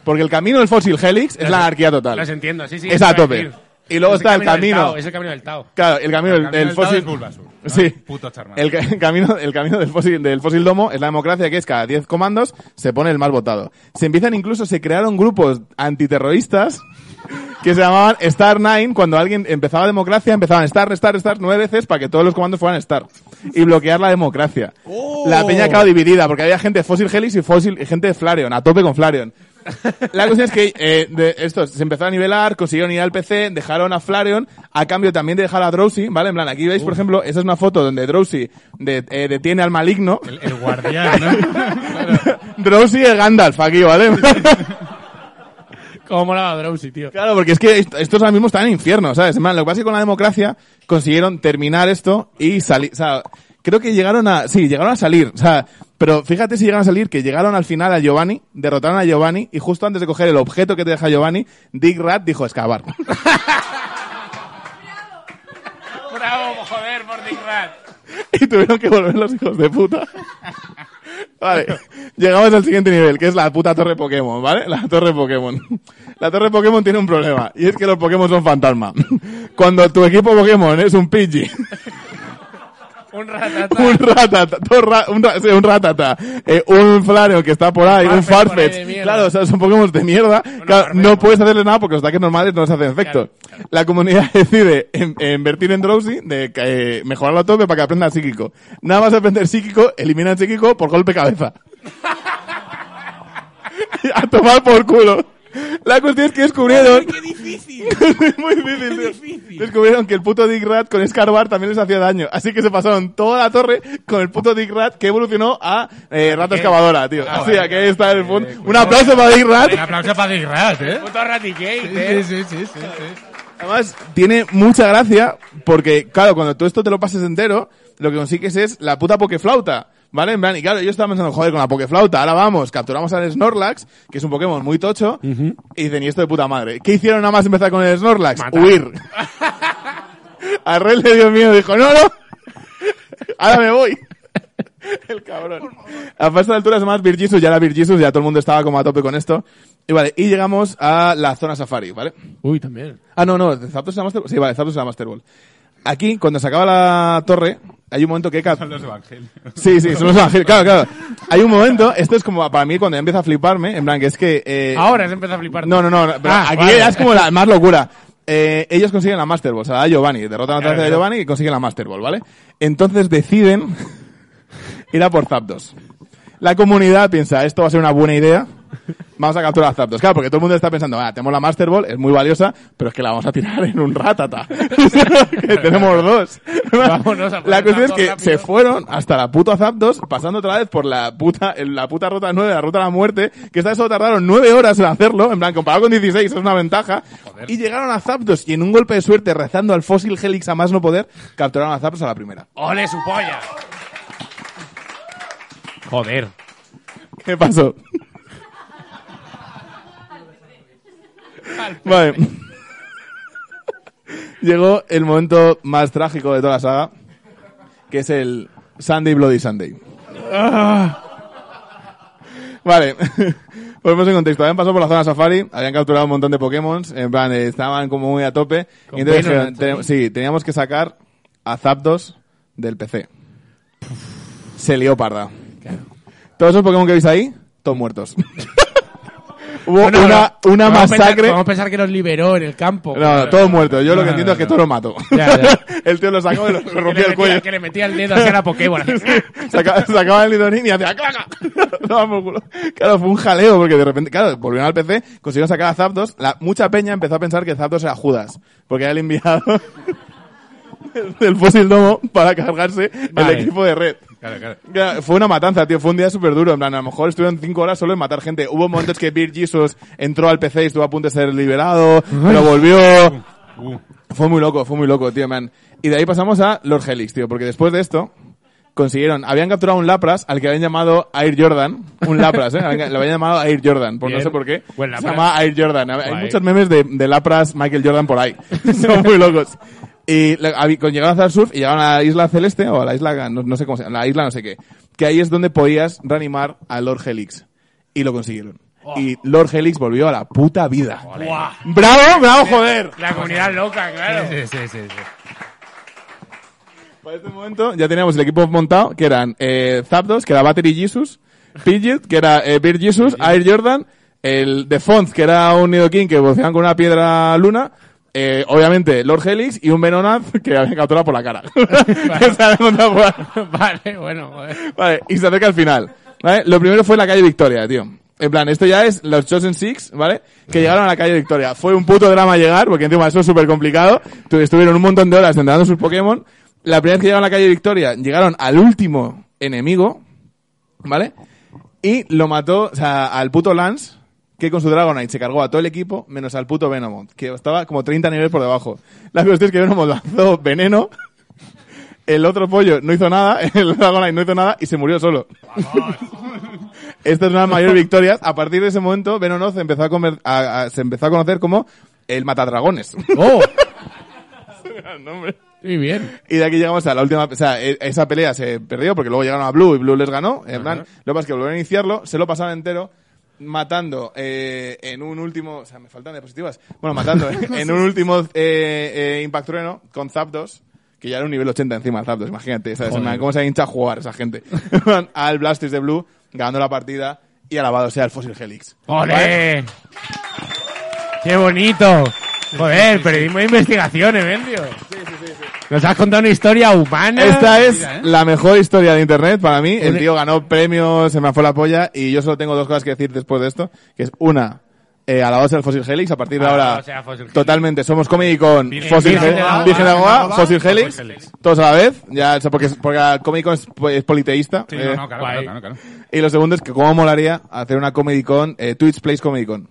Porque el camino del fósil Helix es la anarquía total.
Las entiendo, sí, sí.
Es
eso
a
iba
tope.
decir.
Y luego
Es
está el camino.
del Tao, es el camino del Tao.
Claro, el camino, del- del
del Tao
fósil.
es Bulbasur, ¿no?
Sí.
Puto Charmander.
El, ca- el camino, el camino del fósil, del fósil domo es la democracia que es cada 10 comandos se pone el más votado. Se empiezan incluso, se crearon grupos antiterroristas que se llamaban Star 9. Cuando alguien empezaba democracia, empezaban Star, Star, Star nueve veces para que todos los comandos fueran Star. Y bloquear la democracia. La peña acaba dividida porque había gente de Fósil Helix y, fósil, y gente de Flareon, a tope con Flareon. La cuestión es que eh, de estos se empezó a nivelar, consiguieron ir al PC, dejaron a Flareon, a cambio también de dejar a Drowsy, ¿vale? En plan, aquí veis, por ejemplo, esa es una foto donde Drowsy de- eh, detiene al maligno.
El, el guardián, ¿no?
Drowsy es Gandalf aquí, ¿vale?
Cómo molaba Drowsy, tío.
Claro, porque es que est- estos ahora mismo están en infierno, ¿sabes? En plan, lo que pasa es que con la democracia consiguieron terminar esto y salir, o sea, creo que llegaron a, sí, llegaron a salir, o sea, pero fíjate si llegaron a salir, que llegaron al final a Giovanni, derrotaron a Giovanni y justo antes de coger el objeto que te deja Giovanni, Dick Rat dijo excavar.
Bravo, joder, por Dick Rat.
y tuvieron que volver los hijos de puta. Vale, llegamos al siguiente nivel, que es la puta torre Pokémon, ¿vale? La torre Pokémon. La torre Pokémon tiene un problema, y es que los Pokémon son fantasma. Cuando tu equipo Pokémon es un Pidgey,
Un ratata.
un Ratata, dos ra- un, ra- sí, un Ratata, eh, un Flareon que está por ahí, un
Farfetch por ahí de
Farfetch,
mierda.
claro, o sea, son Pokémon de mierda, Claro, no puedes hacerle nada porque los ataques normales no les hacen efecto. La comunidad decide en- en invertir en Drowsy, de eh, mejorarlo a tope para que aprenda psíquico. Nada más aprender psíquico, elimina el psíquico por golpe cabeza. a tomar por culo. La cuestión es que descubrieron.
¡Qué difícil!
Es muy difícil, tío. Descubrieron que el puto Dick Rat con Scarbar también les hacía daño. Así que se pasaron toda la torre con el puto Dick Rat que evolucionó a eh, rata excavadora, tío. Así que ahí está el fondo. Un aplauso para Dick Rat.
Un aplauso para Dick Rat, ¿eh?
Puto Raticate,
Sí,
eh.
sí, sí, sí, sí.
Además, tiene mucha gracia porque, claro, cuando tú esto te lo pases entero, lo que consigues es la puta pokeflauta. ¿Vale? En plan, y claro, yo estaba pensando, joder, con la pokeflauta, ahora vamos, capturamos al Snorlax, que es un Pokémon muy tocho, y dicen, y esto de puta madre. ¿Qué hicieron nada más empezar con el Snorlax?
Matar.
Huir. a Red le dio miedo, dijo, no, no, ahora me voy. El cabrón. A esta altura es más Virgisus, ya era Virgisus, ya todo el mundo estaba como a tope con esto. Y vale, y llegamos a la zona safari, ¿vale?
Uy, también.
Ah, no, no, Zapdos es la Master Ball. Sí, vale, Zapdos es la Master Ball. Aquí, cuando se acaba la torre, hay un momento que... cap-
Son los evangelios.
Sí, sí, son los evangelios, claro, claro. Hay un momento, esto es como para mí cuando ya empieza a fliparme, en plan, que es que... eh,
Ahora se empieza a flipar.
No, no, no, pero
Ah,
aquí
vale.
ya es como la más locura. Eh, ellos consiguen la Master Ball, o sea, a Giovanni, derrotan otra
Claro,
vez a
claro.
Giovanni y consiguen la Master Ball, ¿vale? Entonces deciden ir a por Zapdos. La comunidad piensa, esto va a ser una buena idea, vamos a capturar a Zapdos. Claro, porque todo el mundo está pensando, ah, tenemos la Master Ball, es muy valiosa, pero es que la vamos a tirar en un ratata. que tenemos dos.
Vámonos a por
la cuestión es
Zapdos
que
rápido.
se fueron hasta la puta Zapdos, pasando otra vez por la puta, en la puta ruta 9, la ruta de la muerte, que esta vez solo tardaron 9 horas en hacerlo, en plan, comparado con 16, es una ventaja. Y llegaron a Zapdos y en un golpe de suerte, rezando al fósil Helix a más no poder, capturaron a Zapdos a la primera.
¡Ole su polla! Joder.
¿Qué pasó? vale. Llegó el momento más trágico de toda la saga, que es el Sunday Bloody Sunday. Ah. Vale, ponemos en contexto. Habían pasado por la zona safari, habían capturado un montón de Pokémon, en plan, eh, estaban como muy a tope.
Con
Y entonces
Venom,
dijeron, "Tenem- sí, teníamos que sacar a Zapdos del PC. Se lió parda. Todos esos Pokémon que veis ahí, todos muertos. Hubo
Bueno,
una,
pero
una
vamos a pensar-
masacre.
vamos a pensar que los liberó en el campo.
No, no, todos muertos. Yo lo que entiendo es que todos los mato.
Ya, ya.
el tío lo sacó y lo
que,
rompió
le
el
metía,
cuello.
que le metía el dedo hacia la Pokébola.
Saca- Sacaba el lidonín y hacía claca. Daba por culo. Claro, fue un jaleo porque de repente, claro, volvieron al PC, consiguieron sacar a Zapdos. La, mucha peña empezó a pensar que Zapdos era Judas, porque era el enviado del- del fósil domo para cargarse
Vale.
el equipo de red.
Claro, claro.
Claro, Fue una matanza, tío. Fue un día súper duro. En plan, a lo mejor estuvieron cinco horas solo en matar gente. Hubo momentos que Bill Jesus entró al PC y estuvo a punto de ser liberado, pero volvió. Fue muy loco, fue muy loco, tío, man. Y de ahí pasamos a Lord Helix, tío, porque después de esto consiguieron, habían capturado un Lapras al que habían llamado Air Jordan. Un Lapras, ¿eh? Habían- Lo habían llamado Air Jordan, por
Bien.
no sé por qué.
Buen
Se
Lapras.
llamaba Air Jordan. Hay
Guay.
muchos memes de, de Lapras Michael Jordan por ahí. Son muy locos. Y la- habi- con- llegaron a hacer surf y llegaron a la isla celeste o a la isla, no, no sé cómo se llama, la isla no sé qué. Que ahí es donde podías reanimar a Lord Helix. Y lo consiguieron. Y Lord Helix volvió a la puta vida.
Buah.
¡Bravo, bravo, joder!
La comunidad loca, claro.
Sí, sí, sí. sí.
Para este momento ya teníamos el equipo montado, que eran eh, Zapdos, que era Battery Jesus, Pidgeot, que era eh, Beer Jesus, Air Jordan, el de Font, que era un Nidoking que evolucionaban con una piedra luna, eh, obviamente Lord Helix y un Venonat que habían capturado por la cara. Que se habían encontrado por la-
Vale, bueno. joder.
Vale, y se acerca al final. ¿Vale? Lo primero fue la calle Victoria, tío. En plan, esto ya es los Chosen Six, ¿vale? Que llegaron a la calle Victoria. Fue un puto drama llegar, porque encima eso es súper complicado. Tu- Estuvieron un montón de horas entrenando sus Pokémon. La primera vez que llegaron a la calle Victoria, llegaron al último enemigo, ¿vale? Y lo mató, o sea, al puto Lance, que con su Dragonite se cargó a todo el equipo, menos al puto Venomoth, que estaba como 30 niveles por debajo. La cuestión es que Venomoth lanzó veneno, el otro pollo no hizo nada, el Dragonite no hizo nada y se murió solo. Esta es una de las mayores victorias. A partir de ese momento, Venomoth empezó a, comer- a- a- se empezó a conocer como el Matadragones.
¡Oh! Muy bien.
Y de aquí llegamos a la última, o sea, e- esa pelea se perdió porque luego llegaron a Blue y Blue les ganó. En plan, lo que pasa es que volvieron a iniciarlo, se lo pasaron entero matando eh, en un último, o sea, me faltan diapositivas. Bueno, matando en un último eh, eh, Impact Trueno con Zapdos, que ya era un nivel 80 encima de Zapdos, imagínate, ¿sabes? En plan, cómo se hincha a jugar esa gente. al Blastoise de Blue ganando la partida y alabado sea el Fossil Helix.
¡Ole! ¡Qué bonito! Joder, periodismo de investigación, Emendio. Nos has contado una historia humana.
Esta es
¿eh?
la mejor historia de internet para mí. El
Ole.
tío ganó premios, se me fue la polla y yo solo tengo dos cosas que decir después de esto, que es una, eh, alabados el Fossil Helix. A partir de ahora,
Alabado sea Fossil Helix.
totalmente, somos Comedy con
Virgen-
Fossil
Virgen
He-
de Goa,
Virgen de Goa,
Goa,
Fossil
Fossil
Helix,
Helix.
todos a la vez. Ya, o sea, porque, porque Comedy Con es, es politeísta.
Sí,
eh,
no, no, claro,
guay.
claro, claro,
y lo segundo es que cómo molaría hacer una Comedy Con, eh, Twitch Plays Comedy Con.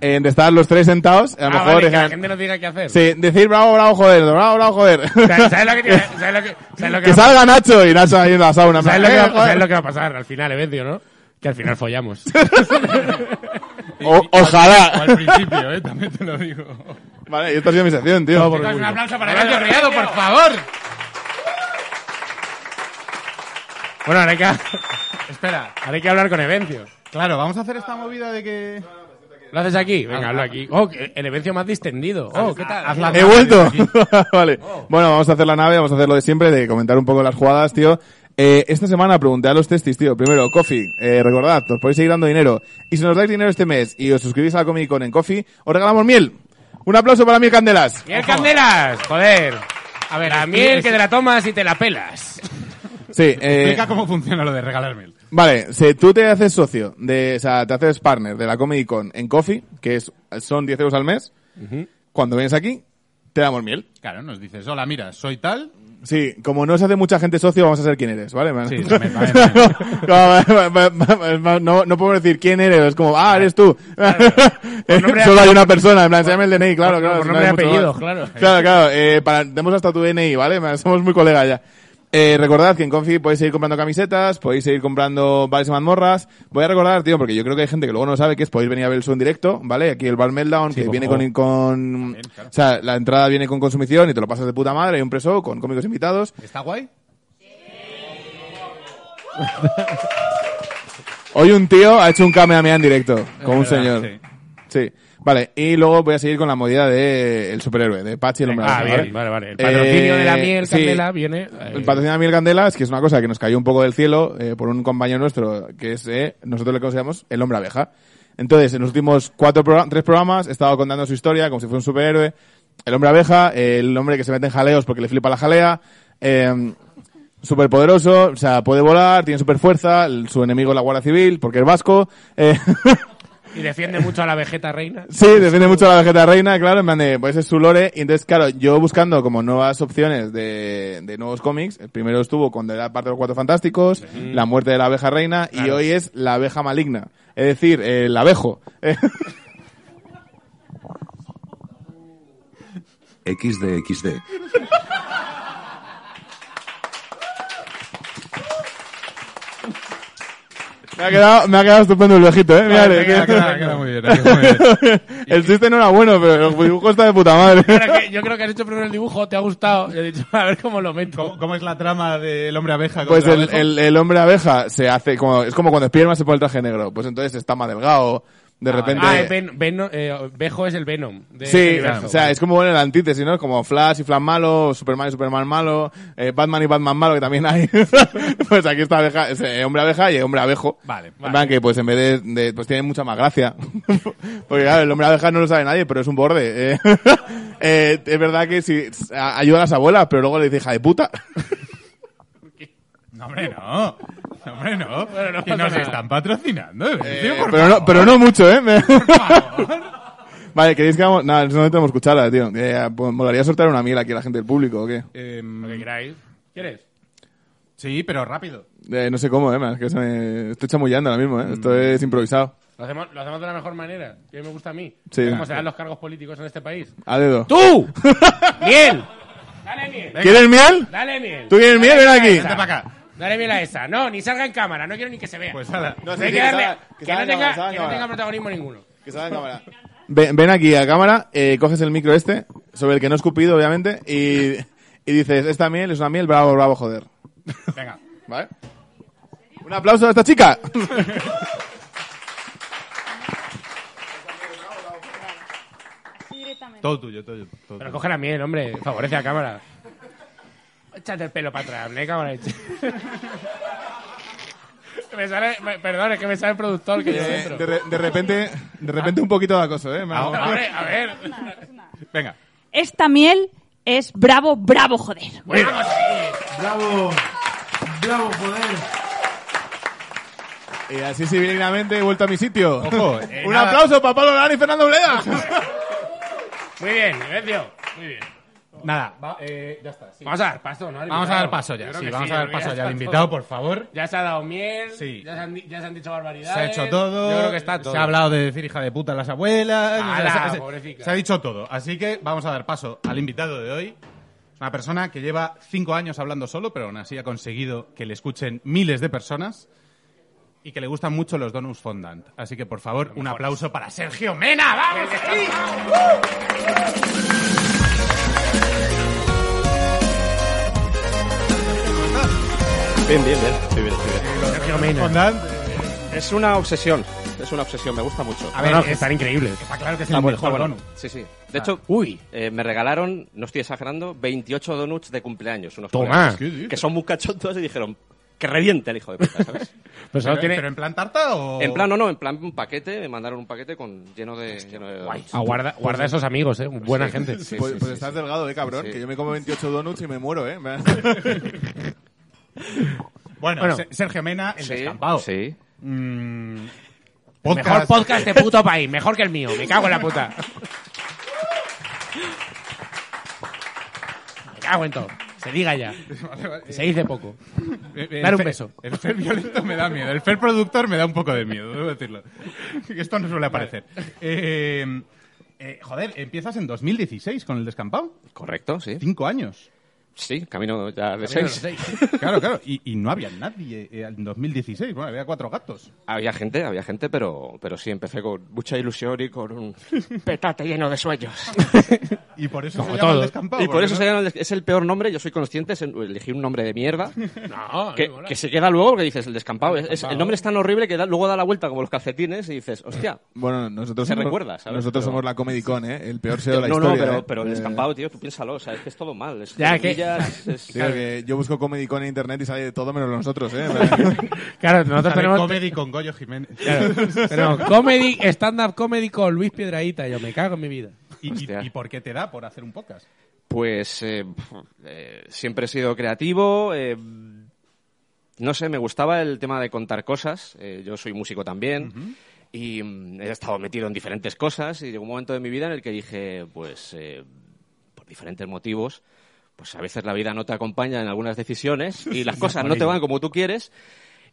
En de estar los tres sentados, a lo
Ah,
mejor
vale, que
dejan-
la gente nos diga qué hacer.
Sí, decir bravo, bravo, joder, bravo, bravo, joder.
O sea, ¿Sabes lo que tiene- sabes lo que- sabes lo que
que
va a-
salga Nacho y Nacho ahí en la sauna.
sabes lo que
Eh,
va-
joder.
sabes lo que va a pasar al final, Evencio, no? Que al final follamos.
O-
O
ojalá.
al principio, eh, también te lo digo.
vale, y esta ha sido mi sección, tío.
Chicos, un aplauso para
Adelante,
Evencio Criado,
Evencio.
por favor.
bueno, ahora hay, que,
Espera,
ahora hay que hablar con Evencio.
claro, vamos a hacer esta movida de que...
¿Lo haces aquí? Venga, hazlo aquí. Oh, que- el Evencio más distendido. Oh, ¿qué tal?
Hazla.
He vuelto. vale. Bueno, vamos a hacer la nave, vamos a hacer lo de siempre, de comentar un poco las jugadas, tío. Eh, esta semana pregunté a los testis, tío. Primero, Coffee. Eh, recordad, os podéis seguir dando dinero. Y si nos dais dinero este mes y os suscribís a la Comic Con en Coffee, os regalamos miel. Un aplauso para Miel Candelas.
¡Miel Candelas! Joder. A ver, la
estoy-
miel que
estoy-
te la tomas y te la pelas.
Sí, eh,
Explica cómo funciona lo de regalar mail.
Vale, si tú te haces socio, de, o sea, te haces partner de la Comedy Con en Coffee, que es, son 10 euros al mes, cuando vienes aquí, te damos miel.
Claro, nos dices, hola, mira, soy tal.
Sí, como no se hace mucha gente socio, vamos a saber quién eres, ¿vale?
Sí, también, también, también.
no, no, no podemos decir quién eres, es como, ah, eres tú.
Pues,
nombre y
Solo hay una persona, en plan, enséñame el DNI, claro,
por-
claro.
por
si no
nombre
hay
y
mucho
apellidos,
más.
claro.
Claro, claro, eh, para, demos hasta tu DNI, ¿vale? Somos muy colegas ya. Eh, recordad que en Confi podéis seguir comprando camisetas, podéis seguir comprando bares y mazmorras. Voy a recordar, tío, porque yo creo que hay gente que luego no sabe que es, podéis venir a ver el show en directo, ¿vale? Aquí el Bar Meltdown, que viene con, con o sea, la entrada viene con consumición y te lo pasas de puta madre, hay un preso con cómicos invitados.
¿Está guay?
Hoy un tío ha hecho un kamehameha en directo con un
Es verdad,
señor.
sí.
Sí. Vale, y luego voy a seguir con la movida de el superhéroe, de Pachi el hombre
Ah,
araña,
bien, vale, vale. El patrocinio
Eh,
de la miel
sí.
Candela viene... eh.
El patrocinio de la miel Candelas, que es una cosa que nos cayó un poco del cielo eh, por un compañero nuestro, que es, eh, nosotros le consideramos el hombre abeja. Entonces, en los últimos cuatro progra- tres programas he estado contando su historia como si fuera un superhéroe. El hombre abeja, eh, el hombre que se mete en jaleos porque le flipa la jalea, eh, súper poderoso, o sea, puede volar, tiene super fuerza, su enemigo es la Guardia Civil porque es vasco. Eh,
Y defiende mucho a la vegeta reina.
Sí, defiende mucho a la vegeta reina, claro, en plan de, pues es su lore. Y entonces, claro, yo buscando como nuevas opciones de, de nuevos cómics, el primero estuvo cuando era parte de los Cuatro Fantásticos, la muerte de la abeja reina, y hoy es la abeja maligna. Es decir, el abejo.
XD, XD.
me, ha quedado, me ha quedado estupendo el viejito, eh. Mira,
Queda, queda, queda, queda muy bien, queda muy bien.
el chiste no era bueno, pero el dibujo está de puta madre.
Claro que yo creo que has hecho primero el dibujo, te ha gustado. Y he dicho, a ver cómo lo meto.
¿Cómo, cómo es la trama del hombre abeja?
Pues
contra
el,
abeja?
el, el hombre abeja se hace como, es como cuando Spiderman se pone el traje negro, pues entonces está más delgado, de repente...
Ah, es Ven- Veno- eh, Vejo es el Venom. de este
Sí,
universo.
o sea, es como bueno, la antítesis, ¿no? Como Flash y Flash malo, Superman y Superman malo, eh, Batman y Batman malo, que también hay. pues aquí está abeja, es, eh, hombre abeja y hombre abejo.
Vale,
En plan que pues en vez de, de- pues tiene mucha más gracia. Porque claro, el hombre abeja no lo sabe nadie, pero es un borde. eh. Eh, es verdad que si a- ayuda a las abuelas, pero luego le dice hija de puta.
No, hombre, no. No, hombre, no.
no
y
pasa
nos
nada.
están patrocinando, Evencio,
Eh,
por
pero, no,
favor.
pero no mucho, ¿eh? vale, ¿queréis que hagamos? Nada, no tenemos cuchara, tío. Eh, pues, molaría soltar una miel aquí a la gente del público, ¿o qué?
Em,
Lo que queráis. ¿Quieres?
sí, pero rápido.
Eh, no sé cómo, eh, man, es que se me... estoy chamullando ahora mismo, eh. Esto es improvisado.
Lo hacemos, lo hacemos de la mejor manera. Que me gusta a mí.
Sí.
¿Cómo se dan los cargos políticos en este país?
A dedo.
¡Tú! ¡Miel! ¡Dale miel!
¿Quieres miel?
¡Dale miel!
¿Tú quieres miel? Ven aquí.
Vente para acá.
Dale miel a esa. No, ni salga en cámara. No quiero ni que se vea.
Pues nada.
No, sí,
Hay
sí,
que darle-
salga-
que
salga
no
en
tenga-
cámara, salga
que
en
no
cámara.
tenga protagonismo ninguno.
Que salga en cámara. Ven, ven aquí a cámara, eh, coges el micro este, sobre el que no he escupido, obviamente, y, y dices, esta miel es una miel, bravo, bravo, joder.
Venga.
¿Vale? Un aplauso a esta chica.
Todo tuyo, todo tuyo. todo
Pero
tuyo.
coge la miel, hombre. Favorece a cámara. Échate el pelo para atrás, ¿no? cámara. Que me sale, me- perdón, es que me sale el productor que yo
Eh, de,
dentro.
re- de repente, de repente un poquito de acoso, eh. me hago-
Hombre, a ver.
Venga.
Esta miel es bravo, bravo, joder.
pues,
Bravo, bravo, joder.
Y Eh, así civilinamente he vuelto a mi sitio.
Ojo, eh,
Un
nada.
aplauso para Pablo Larán y Fernando Bleda.
Muy bien, Ignacio. Muy bien.
Nada, va, eh, ya está. sí.
Vamos a dar paso, ¿no? Al
Vamos a dar
invitado.
paso ya,
Yo creo
sí,
que
vamos
sí,
a dar
yo creo que
paso ya
está
al invitado,
todo.
por favor.
Ya se ha dado miel,
Sí.
ya, se han, di- ya se han dicho barbaridades.
Se ha hecho todo.
Eh, Yo creo que está todo.
Se ha hablado de decir hija de puta a las abuelas.
¡Hala,
o sea, se- se,
pobrecita!
ha dicho todo. Así que vamos a dar paso al invitado de hoy. Una persona que lleva cinco años hablando solo, pero aún así ha conseguido que le escuchen miles de personas y que le gustan mucho los donuts fondant. Así que, por favor, un aplauso para Sergio Mena. ¡Vamos! ahí!
Bien, bien, bien. Estoy bien, estoy bien.
Sergio Mena.
Fondant,
Es una obsesión. Es una obsesión, me gusta mucho.
A ver,
No, no,
es- están increíbles.
está claro que es
Está
el
bueno, está
mejor
bueno.
donut.
Sí, sí. De hecho,
Uy.
eh, me regalaron, no estoy exagerando, 28 donuts de cumpleaños. Unos
Toma.
colegas, Que son muy cachondos y dijeron, que reviente el hijo de puta, ¿sabes?
Pues
Pero,
ahora tiene...
pero en plan tarta o...?
Oh.
en plan, no, no, en plan un paquete, me mandaron un paquete con lleno de... Lleno de donuts.
Ah, guarda, guarda esos amigos, eh. Buena gente.
Sí,
Pues,
sí,
pues
sí,
estás delgado, eh, cabrón.
Sí.
Que yo me como 28 donuts y me muero, eh.
Bueno,
Bueno.
Se- Sergio Mena, el
sí.
descampado.
Sí.
Podcast.
Mejor podcast de puto país, mejor que el mío. Me cago en la puta. Me cago en todo. Se diga ya. Que Se dice poco.
Eh, eh,
Dale un
el Fer-
beso.
El Fer violento me da miedo. El Fer productor me da un poco de miedo, debo decirlo. Esto no suele aparecer. Eh, eh, joder, empiezas en 2016 con el descampado.
Correcto, sí.
Cinco años.
Sí, camino ya
Camino de
de seis.
seis.
Claro, claro. Y, y no había nadie eh, en 2016. Bueno, había cuatro gatos.
Había gente, había gente, pero, pero sí, empecé con mucha ilusión y con un petate lleno de sueños.
Y por eso
Como
se llama el
todos.
descampado.
y por
porque
eso
no-
se llama- es el peor nombre, yo soy consciente, es- elegí un nombre de mierda.
No,
que, que se queda luego porque dices el descampado. Es- es- el nombre es tan horrible que da- luego da la vuelta como los calcetines y dices, hostia.
Bueno, nosotros
Se
somos,
recuerda, ¿sabes?
Nosotros
Pero-
somos la Comedy Con, eh. El peor SEO de la
no, no,
historia.
pero,
eh.
pero el
Eh,
descampado, tío, tú piénsalo, o sea, es que es todo mal. Es
Ya, que-
comillas, es-
Tío, que yo busco Comedy Con en internet y sale de todo menos nosotros, eh.
Claro,
A
nosotros
ver,
tenemos.
comedy con Goyo Jiménez.
Claro, tenemos comedy, stand-up comedy con Luis Piedraíta. Yo me cago en mi vida.
Y, y-
Hostia.
y por qué te da por hacer un podcast?
Pues eh, pf, eh, siempre he sido creativo. eh, no sé, me gustaba el tema de contar cosas. eh, yo soy músico también. Y mm, he estado metido en diferentes cosas. Y llegó un momento de mi vida en el que dije, pues, eh, por diferentes motivos, pues a veces la vida no te acompaña en algunas decisiones y las cosas no te van como tú quieres.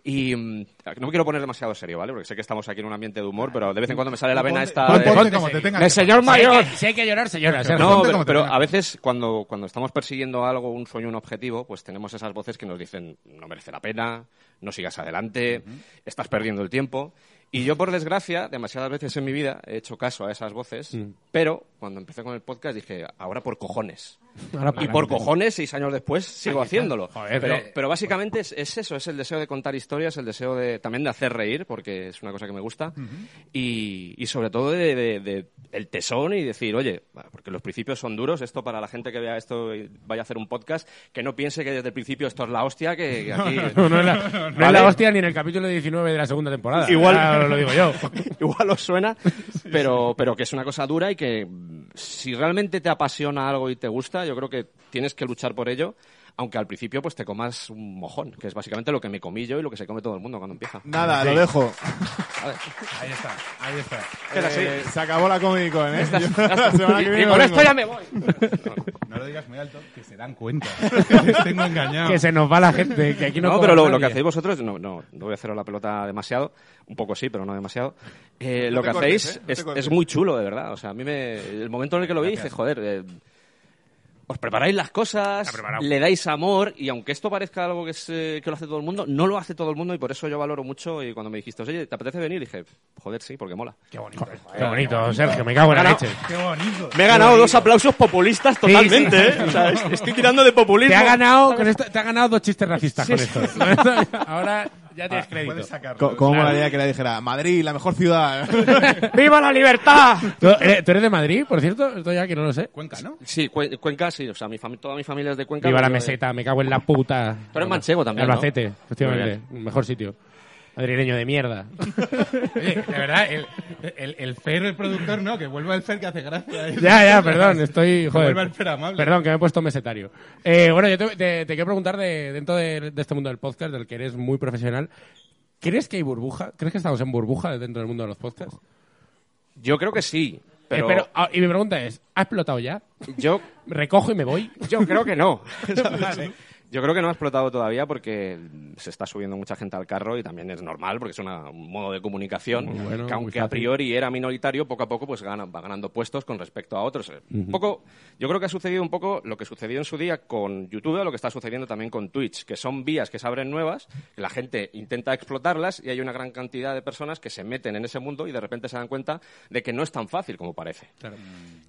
Y mm, no me quiero poner demasiado serio, ¿vale? Porque sé que estamos aquí en un ambiente de humor, pero de vez en cuando me sale la vena esta.
Ponte-
de-
ponte como te tengas
de
que
señor
Si hay que-
mayor!
Si hay que llorar, se llora. Sergio.
No,
Ponte
pero,
como te
pero
venga.
a veces cuando, cuando estamos persiguiendo algo, un sueño, un objetivo, pues tenemos esas voces que nos dicen no merece la pena, no sigas adelante, estás perdiendo el tiempo. Y yo, por desgracia, demasiadas veces en mi vida he hecho caso a esas voces, pero cuando empecé con el podcast dije, ahora por cojones.
Ahora
Y
para-
por cojones, seis años después, sigo haciéndolo.
Joder,
pero,
eh.
pero básicamente es, es eso, es el deseo de contar historias, el deseo de, también de hacer reír, porque es una cosa que me gusta, y, y sobre todo de, de- de el tesón y decir, oye, va, porque los principios son duros, esto para la gente que vea esto y vaya a hacer un podcast, que no piense que desde el principio esto es la hostia, que, que aquí...
No, no es la, no es
Vale.
la hostia ni en el capítulo 19 de la segunda temporada.
Igual-
Ahora lo digo yo.
Igual os suena, pero, pero que es una cosa dura y que mm, si realmente te apasiona algo y te gusta, yo creo que tienes que luchar por ello, aunque al principio pues te comas un mojón, que es básicamente lo que me comí yo y lo que se come todo el mundo cuando empieza.
Nada, lo dejo.
Ahí está, ahí está.
Eh, se acabó la Comedy Con, eh. Yo- la semana que
Y- y,
viene
con
vengo.
esto ya me voy.
No lo digas muy alto, que se dan cuenta. Les tengo engañado.
Que se nos va la gente. Que aquí no
No, pero lo,
cobra
lo que
nadie.
hacéis vosotros, no, no, no voy a haceros la pelota demasiado, un poco sí, pero no demasiado. Eh, lo
te
que
cortes,
hacéis
eh, no te
es- es,
cortes.
muy chulo, de verdad. O sea, a mí me, el momento en el que lo vi dije, joder, eh, os preparáis las cosas, le dais amor y aunque esto parezca algo que, es, eh, que lo hace todo el mundo, no lo hace todo el mundo y por eso yo valoro mucho. Y cuando me dijiste, oye, ¿te apetece venir? dije, joder, sí, porque mola.
Qué bonito. esto.
Qué bonito, Sergio. Me cago en la
Ganao.
leche.
Qué bonito.
Me he ganado dos aplausos populistas
totalmente, sí, sí, ¿eh?
O sea, estoy tirando de populismo.
Te ha ganado, con esto, te ha ganado dos chistes racistas con esto. Ahora ya tienes crédito.
Ah, Puedes sacarlo.
Co- ¿Cómo molaría que le dijera Madrid, la mejor ciudad?
¡Viva la libertad!
¿Tú eres, tú eres de Madrid, por cierto? Esto ya que no lo sé.
Cuenca, ¿no?
Sí, Cue- Cuenca, sí. O sea, mi fami- toda mi familia es de Cuenca.
Viva la
pero eh, yo de-
meseta, me cago en la puta.
Tú eres manchego también, ¿no?
Albacete, efectivamente.
Muy
Un Mejor sitio. Madrileño de mierda.
Oye, de verdad, el, el, el Fer, el productor, no, que vuelva el Fer que hace gracia.
Ya, ya, perdón, estoy. Joder.
vuelva el Fer amable.
Perdón, que me he puesto mesetario. Eh, bueno, yo te, te- te quiero preguntar de- dentro de, de este mundo del podcast, del que eres muy profesional, ¿Crees que hay burbuja? ¿Crees que estamos en burbuja dentro del mundo de los podcasts?
Yo creo que sí, pero,
Eh, ah, y mi pregunta es, ¿ha explotado ya?
yo,
¿Recojo y me voy?
yo creo que no. ¿sabes? Yo creo que no ha explotado todavía porque se está subiendo mucha gente al carro y también es normal porque es una- un modo de comunicación
Muy bueno,
que
muy
aunque
fácil.
a priori era minoritario, poco a poco pues gana- va ganando puestos con respecto a otros. Eh, un poco, yo creo que ha sucedido un poco lo que sucedió en su día con YouTube, lo que está sucediendo también con Twitch, que son vías que se abren nuevas, que la gente intenta explotarlas y hay una gran cantidad de personas que se meten en ese mundo y de repente se dan cuenta de que no es tan fácil como parece.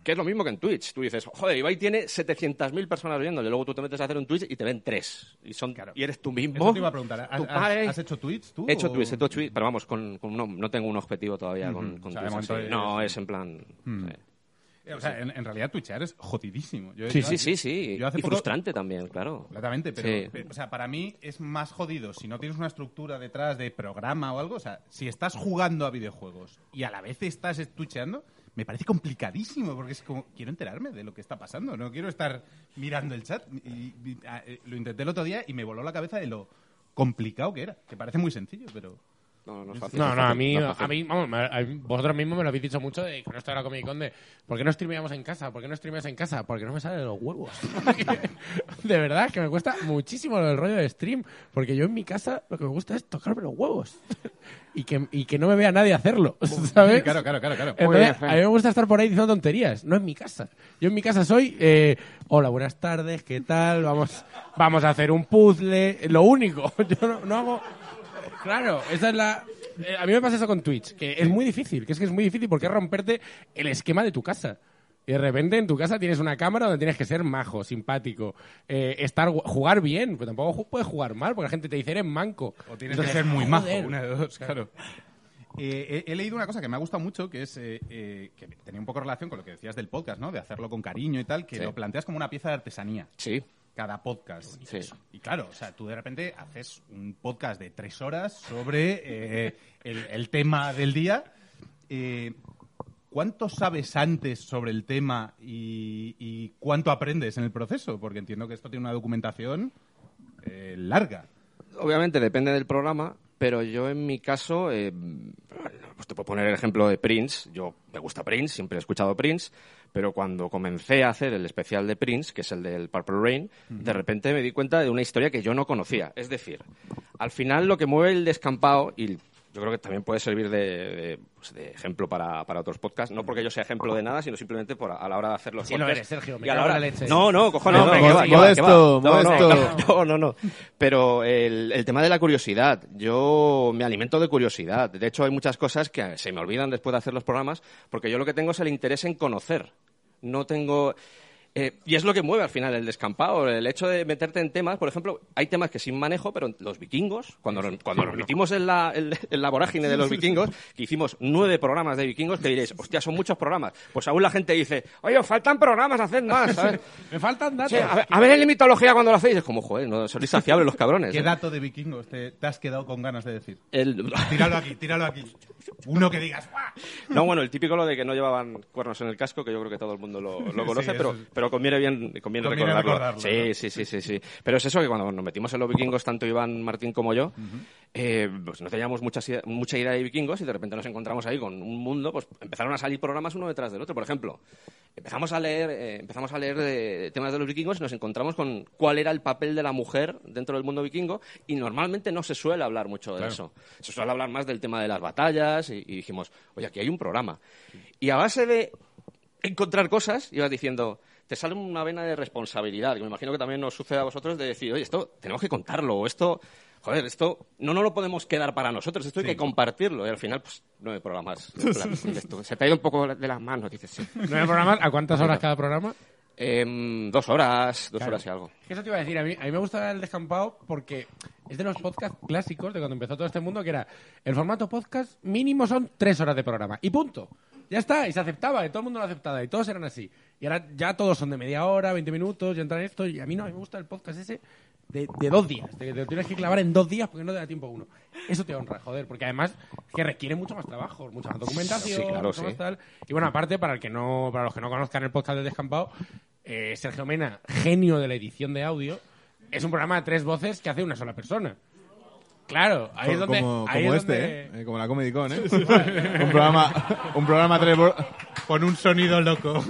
Que es lo mismo que en Twitch. Tú dices, joder, Ibai tiene 700.000 personas viéndole. Luego tú te metes a hacer un Twitch y te ven tres. Y, son, y eres tú mismo.
Eso te iba a preguntar. ¿Has,
tu
has-
padre.
has hecho tweets tú?
He hecho
o-
Twitch, he hecho Twitch, pero vamos, con, con- no, no tengo un objetivo todavía con, con
o sea, de
Twitch
momento
así.
es- Hmm.
No, es en plan... eh,
O sea, en, en realidad twitchar es jodidísimo. Yo-
Sí,
yo-
sí, sí, sí.
yo hace
Y
poco-
frustrante también, claro.
Completamente, pero,
Sí.
pero, o sea, para mí es más jodido si no tienes una estructura detrás de programa o algo. O sea, si estás jugando a videojuegos y a la vez estás estucheando, me parece complicadísimo porque es como, quiero enterarme de lo que está pasando, no quiero estar mirando el chat. Y, y- ah, eh, lo intenté el otro día y me voló la cabeza de lo complicado que era, que parece muy sencillo, pero...
No, no es fácil,
No,
es
no,
fácil,
a mí,
no es
a
fácil.
mí vamos, me- a- vosotros mismos me lo habéis dicho mucho de que no estoy ahora Comic Con de ¿por qué no streameamos en casa? ¿Por qué no streameas en casa? Porque no me salen los huevos. de verdad que me cuesta muchísimo lo del rollo de stream, porque yo en mi casa lo que me gusta es tocarme los huevos y que, y que no me vea nadie hacerlo, ¿sabes?
Claro, claro, claro, claro.
Entonces, a mí me gusta estar por ahí diciendo tonterías, no en mi casa. Yo en mi casa soy, eh, hola, buenas tardes, ¿qué tal? Vamos, vamos a hacer un puzzle, lo único. Yo no, no hago... Claro, esa es la... eh, a mí me pasa eso con Twitch, que es muy difícil, que es que es muy difícil porque es romperte el esquema de tu casa. Y de repente en tu casa tienes una cámara donde tienes que ser majo, simpático, eh, estar gu- jugar bien, pero tampoco ju- puedes jugar mal porque la gente te dice eres manco.
O tienes
Entonces,
que ser muy majo,
joder.
una de dos, claro. Eh, he, he leído una cosa que me ha gustado mucho, que es eh, eh, que tenía un poco relación con lo que decías del podcast, ¿no? De hacerlo con cariño y tal, que
Sí.
lo planteas como una pieza de artesanía,
Sí,
cada podcast.
sí.
Y claro, o sea, tú de repente haces un podcast de tres horas sobre eh, el, el tema del día. Eh, ¿Cuánto sabes antes sobre el tema y, y cuánto aprendes en el proceso? Porque entiendo que esto tiene una documentación eh, larga.
Obviamente depende del programa, pero yo en mi caso, eh, pues te puedo poner el ejemplo de Prince. Yo me gusta Prince, siempre he escuchado Prince, pero cuando comencé a hacer el especial de Prince, que es el del Purple Rain, de repente me di cuenta de una historia que yo no conocía. Es decir, al final lo que mueve el descampado y yo creo que también puede servir de, de, pues, de ejemplo para, para otros podcasts. No porque yo sea ejemplo de nada, sino simplemente por a, a la hora de hacer los
Sí lo
podcasts.
eres, Sergio, me
y a la
cago en
hora-
la leche.
No, no, cojones,
No,
no,
hombre,
que
que
va,
sí,
que va, que va.
modesto,
No, no,
modesto.
No, no, no. Pero el, el tema de la curiosidad. Yo me alimento de curiosidad. De hecho, hay muchas cosas que se me olvidan después de hacer los programas porque yo lo que tengo es el interés en conocer. No tengo... eh, y es lo que mueve al final el descampado, el hecho de meterte en temas, por ejemplo, hay temas que sin manejo, pero los vikingos, cuando nos, cuando nos metimos en la, en, en la vorágine de los vikingos, que hicimos nueve programas de vikingos, que diréis, hostia, son muchos programas. Pues aún la gente dice, oye, os faltan programas, haced más, ¿sabes?
Me faltan datos.
Sí, a, ver, a ver en mitología cuando lo hacéis. Es como, joder, no, sois saciables los cabrones.
¿Qué
¿eh?
dato de vikingos te, te has quedado con ganas de decir?
El-
Tíralo aquí, tíralo aquí. Uno que digas, ¡guau!
no, bueno, el típico lo de que no llevaban cuernos en el casco, que yo creo que todo el mundo lo, lo conoce,
eso
pero,
es.
pero conviene bien conviene,
Conviene
recordarlo.
recordarlo,
Sí,
¿no?
sí, sí, sí, sí. Pero es eso que cuando nos metimos en los vikingos, tanto Iván Martín como yo, eh, pues no teníamos muchas ide- mucha idea de vikingos y de repente nos encontramos ahí con un mundo, pues empezaron a salir programas uno detrás del otro. Por ejemplo, empezamos a leer, eh, empezamos a leer de, de temas de los vikingos y nos encontramos con cuál era el papel de la mujer dentro del mundo vikingo y normalmente no se suele hablar mucho de eso. Se suele hablar más del tema de las batallas y, y dijimos, oye, aquí hay un programa. Y a base de encontrar cosas, ibas diciendo, te sale una vena de responsabilidad, que me imagino que también nos sucede a vosotros, de decir, oye, esto tenemos que contarlo, o esto, joder, esto no nos lo podemos quedar para nosotros, esto hay que compartirlo. Y al final, pues, nueve programas. En plan, dices tú, Se te ha ido un poco de las manos, dices, sí.
¿Nueve programas? ¿A cuántas horas cada programa?
Em, dos horas, dos horas y algo.
Que Eso te iba a decir, a mí, a mí me gusta el descampado porque es de los podcasts clásicos de cuando empezó todo este mundo, que era el formato podcast mínimo son tres horas de programa y punto. Ya está, y se aceptaba, y todo el mundo lo aceptaba, y todos eran así. Y ahora ya todos son de media hora, 20 minutos, ya entran esto, y a mí no, a mí me gusta el podcast ese de, de dos días, de que te lo tienes que clavar en dos días porque no te da tiempo a uno. Eso te honra, joder, porque además es que requiere mucho más trabajo, mucha más documentación,
Sí, claro,
mucho más
sí.
tal. Y bueno, aparte, para, el que no, para los que no conozcan el podcast del Descampado, eh, Sergio Mena, genio de la edición de audio, es un programa de tres voces que hace una sola persona. Claro, ahí es donde.
como,
ahí
como
es
este,
donde-
¿eh? Eh, Como la Comedy Con, ¿eh? un programa, un programa tres bo-
Con un sonido loco.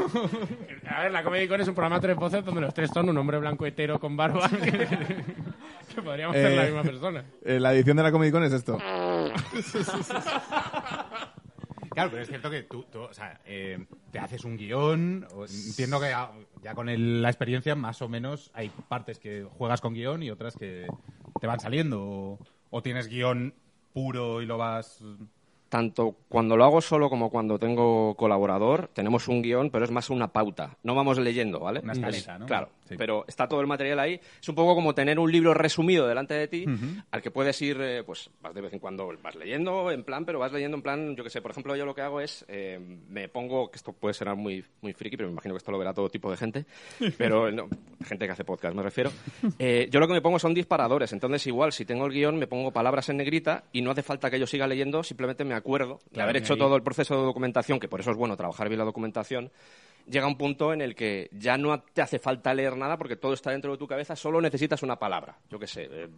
A ver, la Comedy Con es un programa de tres voces donde los tres son un hombre blanco hetero con barba. que podríamos ser la
Eh.
misma persona.
eh, la edición de la Comedy Con es esto.
Claro, pero es cierto que tú, tú, o sea, eh, te haces un guión. o- entiendo que ya, ya con el- la experiencia, más o menos, hay partes que juegas con guión y otras que te van saliendo. O, o tienes guión puro y lo vas.
tanto cuando lo hago solo como cuando tengo colaborador, tenemos un guión, pero es más una pauta. No vamos leyendo, ¿vale?
Una escaleta,
Es-
¿no?
Claro,
Sí.
pero está todo el material ahí. Es un poco como tener un libro resumido delante de ti al que puedes ir, eh, pues vas de vez en cuando, vas leyendo en plan, pero vas leyendo en plan, yo que sé, por ejemplo, yo lo que hago es, eh, me pongo, que esto puede ser muy, muy friki, pero me imagino que esto lo verá todo tipo de gente, pero no, gente que hace podcast me refiero. Eh, yo lo que me pongo son disparadores, entonces igual si tengo el guión me pongo palabras en negrita y no hace falta que yo siga leyendo, simplemente me acuerdo de haber hecho todo el proceso de documentación, que por eso es bueno trabajar bien la documentación, llega un punto en el que ya no te hace falta leer nada porque todo está dentro de tu cabeza, solo necesitas una palabra. Yo qué sé, eh,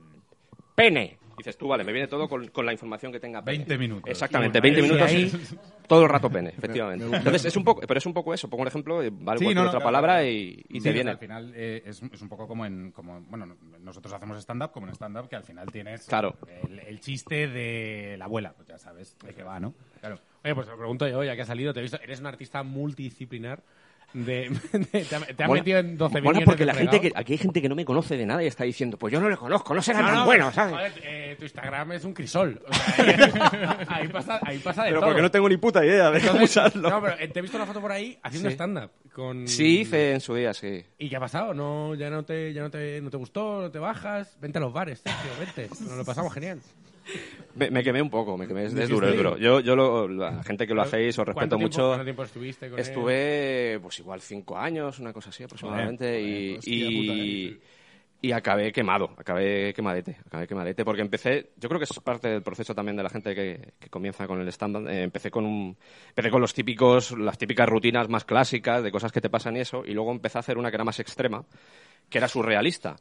pene. Dices tú, vale, me viene todo con, con la información que tenga. pene.
20 minutos.
Exactamente,
Y
20
ahí-
minutos. Todo el rato pene, efectivamente. Entonces, es un poco, pero es un poco eso. Pongo un ejemplo, eh, vale,
Sí,
cualquier
no, no,
otra
claro,
palabra
claro.
y, y
Sí,
te
porque
viene.
Al final eh, es, es un poco como en. Como, bueno, no- nosotros hacemos stand-up, como en stand-up, que al final tienes
Claro.
el, el chiste de la abuela, pues ya sabes de qué va, ¿no? Claro.
Oye, pues te lo pregunto yo, ya que has salido, te he visto, eres un artista multidisciplinar. De, de- te ha- te has
Mola-
metido en 12
Mola
millones
porque
de
la gente que,
fregados.
aquí hay gente que no me conoce de nada y está diciendo, pues yo no le conozco, no será
No,
tan
no,
bueno,
pero,
¿sabes?
joder, eh, tu Instagram es un crisol. O sea, ahí, pasa, ahí pasa de
pero
todo.
porque no tengo ni puta idea de cómo
Entonces,
usarlo.
No, pero eh, te he visto una foto por ahí haciendo
Sí.
stand-up. Con...
Sí, hice en su día, sí.
¿Y qué ha pasado? ¿No, ¿Ya, no te, ya no, te, no te gustó? ¿No te bajas? Vente a los bares, Sergio, vente. Nos lo pasamos genial.
Me, me quemé un poco, me quemé. Es, es duro, es duro. Yo, yo lo- la gente que lo hacéis os
¿Cuánto
respeto
tiempo-
mucho.
¿Cuánto tiempo estuviste con él?
Estuve, pues igual cinco años, una cosa así aproximadamente, y,
pues,
y,
¿eh?
y acabé quemado, acabé quemadete, acabé quemadete, porque empecé, yo creo que es parte del proceso también de la gente que, que comienza con el stand-up, eh, empecé con un, empecé con los típicos, las típicas rutinas más clásicas de cosas que te pasan y eso, y luego empecé a hacer una que era más extrema, que era surrealista.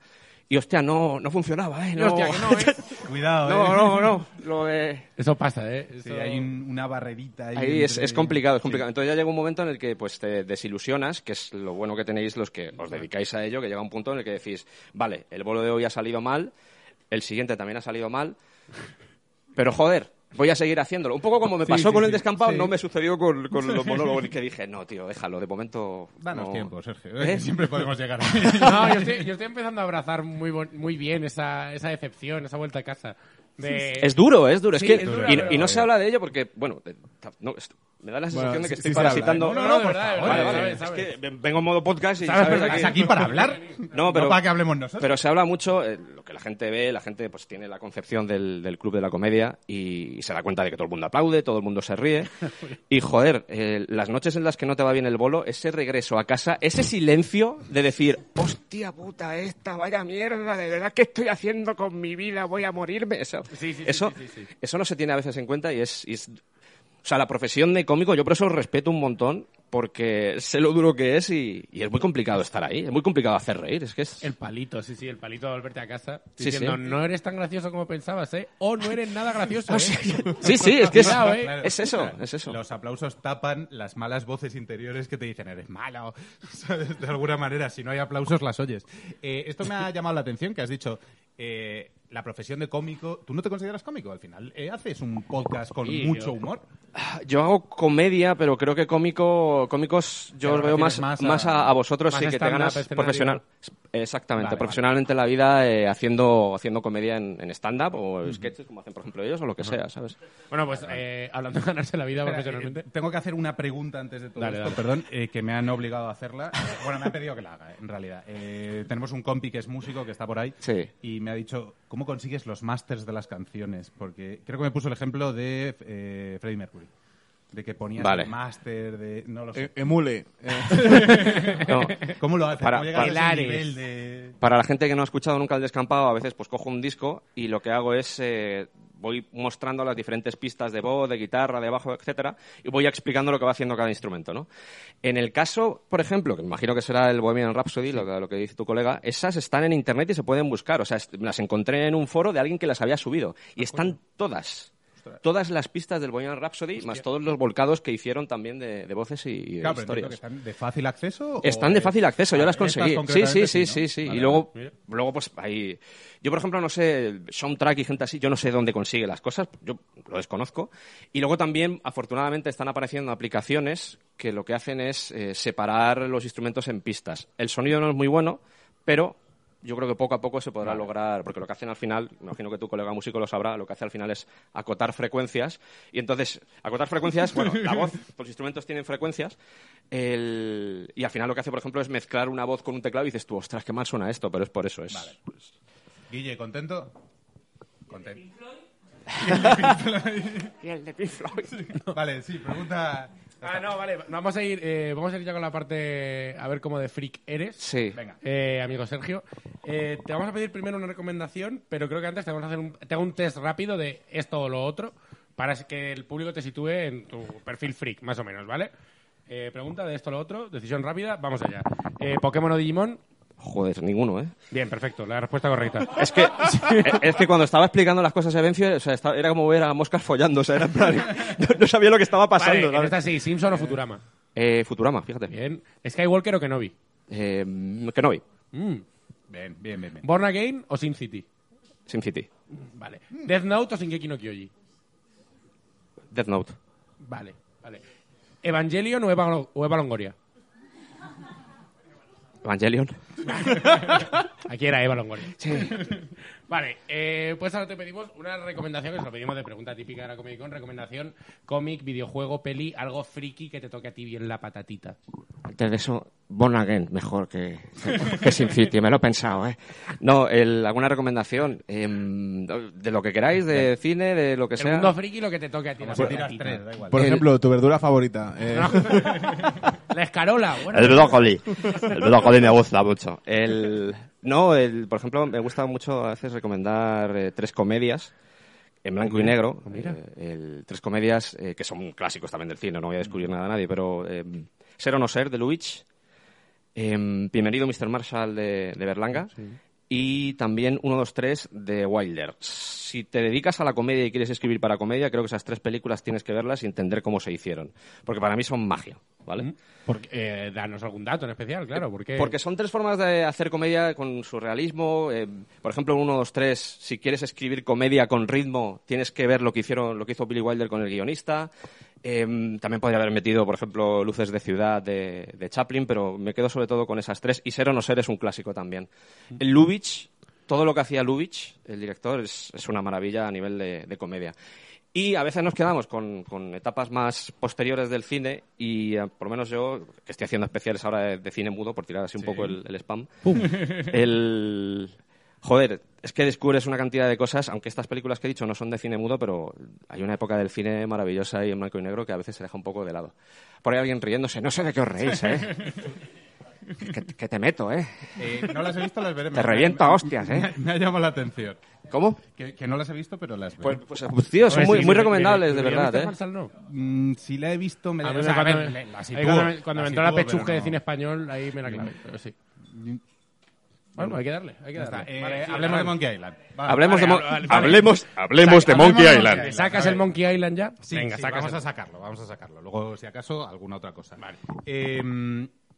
Y hostia, no, no funcionaba, ¿eh? No,
Hostia, que no, ¿eh?
Cuidado,
no,
¿eh?
no, no, lo de...
Eso pasa, ¿eh?
Sí,
Eso-
hay un- una barrerita ahí.
Ahí es,
entre-
es complicado, es complicado. Entonces ya llega un momento en el que pues te desilusionas, que es lo bueno que tenéis los que os dedicáis a ello, que llega un punto en el que decís, vale, el bolo de hoy ha salido mal, el siguiente también ha salido mal, pero joder, voy a seguir haciéndolo. Un poco como me pasó con el descampado, no me sucedió con, con los monólogos, que dije, no, tío, déjalo, de momento...
Danos
no".
tiempo, Sergio.
¿Eh?
que Siempre podemos llegar.
No, yo estoy, yo estoy empezando a abrazar muy, bon- muy bien esa, esa decepción, esa vuelta a casa. De...
Es duro, es duro.
Sí,
es que,
es duro,
y,
pero-
y no se habla de ello porque, bueno, de- ta- no, es- me da la sensación
Bueno,
de que
sí-
estoy
sí se habla,
parasitando...
¿eh?
No, no, de verdad, de
Vale,
verdad,
vale,
sabes, sabes.
es que vengo en modo podcast y...
Sabes,
sabes
pero
aquí-
¿Estás aquí para hablar?
No, pero-
para que hablemos nosotros.
Pero se habla mucho, eh, lo que la gente ve, la gente pues tiene la concepción del, del club de la comedia y, se da cuenta de que todo el mundo aplaude, todo el mundo se ríe. Y joder, eh, las noches en las que no te va bien el bolo, ese regreso a casa, ese silencio de decir, hostia puta esta, vaya mierda, de verdad que estoy haciendo con mi vida, voy a morirme. Eso, eso, eso no se tiene a veces en cuenta y es- y es o sea, la profesión de cómico, yo por eso os respeto un montón, porque sé lo duro que es y, y es muy complicado estar ahí, es muy complicado hacer reír, es que es...
El palito, sí, sí, el palito de volverte a casa.
Sí,
diciendo,
sí.
no eres tan gracioso como pensabas, ¿eh? O no eres nada gracioso, ¿eh?
Sí, sí, es que es,
Cuidado, ¿eh?
Claro.
es eso, es eso.
Los aplausos tapan las malas voces interiores que te dicen, eres malo. ¿Sabes? De alguna manera, si no hay aplausos, las oyes. Eh, esto me ha llamado la atención, que has dicho, eh, la profesión de cómico, ¿tú no te consideras cómico al final? eh, ¿Haces un podcast con
Sí,
mucho
yo-
humor?
Ah, Yo hago comedia, pero creo que cómico, cómicos yo
Te
os veo
refieres
más,
más pues,
más,
a-
a, a vosotros
más
sí que te
stand-up,
ganas
escenario.
profesional. Exactamente,
Vale,
profesionalmente la vida eh, haciendo, haciendo comedia en, en stand-up o sketches, como hacen por ejemplo ellos, o lo que sea, ¿sabes?
Bueno, pues eh, hablando de ganarse la vida
Espera,
profesionalmente.
eh, tengo que hacer una pregunta antes de todo
Dale,
esto,
dale.
perdón, eh, que me han obligado a hacerla. Eh, Bueno, me han pedido que la haga, eh, en realidad. Eh, tenemos un compi que es músico, que está por ahí,
Sí.
y me ha dicho, ¿cómo consigues los másters de las canciones? Porque creo que me puso el ejemplo de eh, Freddie Mercury. De que ponías
Vale.
el máster de... No lo
E-
sé.
emule. Eh,
No.
¿Cómo lo haces?
eh, para-
¿Cómo llegas a
para-
ese nivel de...?
Para la gente que no ha escuchado nunca el descampado, a veces pues cojo un disco y lo que hago es eh, voy mostrando las diferentes pistas de voz, de guitarra, de bajo, etcétera, y voy explicando lo que va haciendo cada instrumento, ¿no? En el caso, por ejemplo, que me imagino que será el Bohemian Rhapsody, lo, que- lo que dice tu colega, esas están en internet y se pueden buscar, o sea, est- las encontré en un foro de alguien que las había subido y están todas. Todas las pistas del Bohemian Rhapsody, más todos los volcados que hicieron también de, de voces y, y de
Claro, pero entiendo
historias.
que están de fácil acceso. o-
Están de fácil acceso, yo
Vale,
las
estas
conseguí. Sí,
Ah, concretamente
sí, sí,
¿no?
sí, sí.
Vale,
y luego, luego pues ahí... Yo, por ejemplo, no sé, soundtrack y gente así, yo no sé dónde consigue las cosas, yo lo desconozco. Y luego también, afortunadamente, están apareciendo aplicaciones que lo que hacen es eh, separar los instrumentos en pistas. El sonido no es muy bueno, pero yo creo que poco a poco se podrá lograr, porque lo que hacen al final, me imagino que tu colega músico lo sabrá, lo que hace al final es acotar frecuencias. Y entonces, acotar frecuencias, bueno, la voz, los instrumentos tienen frecuencias, el- y al final lo que hace, por ejemplo, es mezclar una voz con un teclado y dices tú, ostras, qué mal suena esto, pero es por eso. Es...
Guille, ¿contento? Contento. Vale, sí, pregunta.
Ah, no, vale. Vamos a ir, eh, vamos a ir ya con la parte a ver cómo de freak eres.
Sí.
Venga.
Eh, amigo Sergio, eh, te vamos a pedir primero una recomendación, pero creo que antes te vamos a hacer un, te hago un test rápido de esto o lo otro para que el público te sitúe en tu perfil freak, más o menos, ¿vale? Eh, pregunta de esto o lo otro, decisión rápida, vamos allá. Eh, ¿Pokémon o Digimon?
Joder, ninguno, ¿eh?
Bien, perfecto, la respuesta correcta.
Es que, es que cuando estaba explicando las cosas a Bencio, o sea, estaba- era como ver a moscas follando, o sea, era en plan- no, no sabía lo que estaba
Vale,
pasando.
en
¿sabes?
esta sí, Simpson o Futurama.
Eh, Futurama, fíjate.
Bien. ¿Skywalker o Kenobi?
Eh, que no vi,
Mm.
Bien, bien, bien. bien.
¿Born Again o Sin City?
Sin City.
Vale. ¿Death Note o Shingeki no Kyoji?
Death Note.
Vale, vale. ¿Evangelion o Eva, o Eva Longoria?
Evangelion.
Aquí era Eva Longoria. Vale, eh, pues ahora te pedimos una recomendación, que se lo pedimos de pregunta típica de la Comic Con, recomendación, cómic, videojuego, peli, algo friki que te toque a ti bien la patatita.
Antes de eso, Born Again, mejor que, que Sin City, me lo he pensado, ¿eh? No, el- alguna recomendación em, de lo que queráis, de cine, de lo que
El
sea.
mundo friki lo que te toque a ti la
Se tiras
patatita.
tres, da igual.
Por
El-
ejemplo, tu verdura favorita. eh,
La escarola, bueno.
El brócoli. El brócoli me gusta mucho. El, no, el, por ejemplo, me gusta mucho a veces recomendar eh, tres comedias en blanco y negro. Eh, el- tres comedias eh, que son clásicos también del cine, no voy a descubrir nada a nadie, pero eh, Ser o no ser, de Luis. em, Bienvenido, Mr. Marshall, de, de Berlanga. Y también 1, 2, 3 de Wilder. Si te dedicas a la comedia y quieres escribir para comedia, creo que esas tres películas tienes que verlas y entender cómo se hicieron. Porque para mí son magia, ¿vale?
Porque, eh, danos algún dato en especial, claro, porque...
Porque son tres formas de hacer comedia con surrealismo. eh, por ejemplo, en 1, 2, 3, si quieres escribir comedia con ritmo, tienes que ver lo que, hicieron, lo que hizo Billy Wilder con el guionista. Eh, también podría haber metido, por ejemplo, Luces de Ciudad de, de Chaplin, pero me quedo sobre todo con esas tres. Y Ser o no ser es un clásico también. El Lubitsch, todo lo que hacía Lubitsch, el director, es, es una maravilla a nivel de, de comedia. Y a veces nos quedamos con, con etapas más posteriores del cine y eh, por lo menos yo, que estoy haciendo especiales ahora de, de cine mudo, por tirar así un poco el, el spam, el... Joder, es que descubres una cantidad de cosas, aunque estas películas que he dicho no son de cine mudo, pero hay una época del cine maravillosa y en blanco y negro que a veces se deja un poco de lado. Por ahí alguien riéndose, no sé de qué os reís, ¿eh? que, que te meto, ¿eh?
Eh, no las he visto, las veremos.
Te reviento a hostias,
Me,
¿eh?
me ha llamado la atención.
¿Cómo?
Que, que no las he visto, pero las
Pues,
veremos.
pues, tío, son
Hombre,
muy,
sí,
muy
sí,
recomendables, de
pero
verdad,
Mr.
¿eh?
Marshall no.
Mm, si la he visto, me
A
la
mí
o
me
sea, a
cuando
ver,
me-
le- la
ahí
sitúo,
cuando me- cuando
la
me entró la
sitúo, pero
pechusque de
no-
cine español, ahí me la clavé. Pero sí. Bueno, hay que darle, hay que darle.
Eh,
Vale,
sí, hablemos de Monkey Island. Va,
Hablemos,
vale,
de, Mon- Ah,
vale, vale.
hablemos, hablemos de Monkey
hablemos de
Island.
Monkey
¿Te sacas el Monkey Island ya?
Sí,
Venga,
sí,
sacas
vamos
el-
a sacarlo, vamos a sacarlo. Luego, si acaso, alguna otra cosa. Vale. Eh,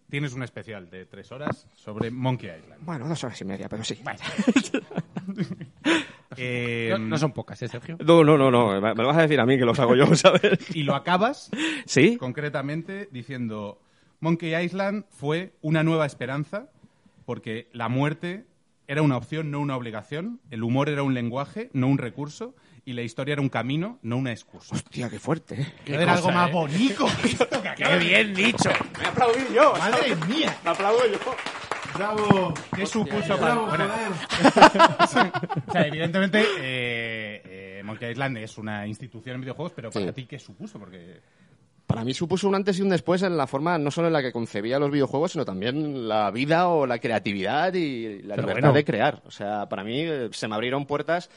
tienes un especial de tres horas sobre Monkey Island.
Bueno, dos horas y media, pero sí.
Eh,
No,
Em,
no son pocas, ¿eh, Sergio?
No, no, no, no, me lo vas a decir a mí que los hago yo, ¿sabes?
Y lo acabas
¿Sí?
concretamente diciendo Monkey Island fue una nueva esperanza porque la muerte era una opción, no una obligación, el humor era un lenguaje, no un recurso, y la historia era un camino, no una excusa.
Hostia, qué fuerte. ¿eh?
Era algo más bonito que esto que acabas
¡Qué bien dicho!
de- ¡Madre mía!
Bravo.
¿Qué supuso para...
Bravo,
bueno,
joder.
o sea, evidentemente, eh, eh, Monkey Island es una institución en videojuegos, pero para
Sí.
ti, ¿qué supuso? Porque...
Para mí supuso un antes y un después en la forma, no solo en la que concebía los videojuegos, sino también la vida o la creatividad y la
Pero
libertad
bueno.
de crear. O sea, para mí eh, se me abrieron puertas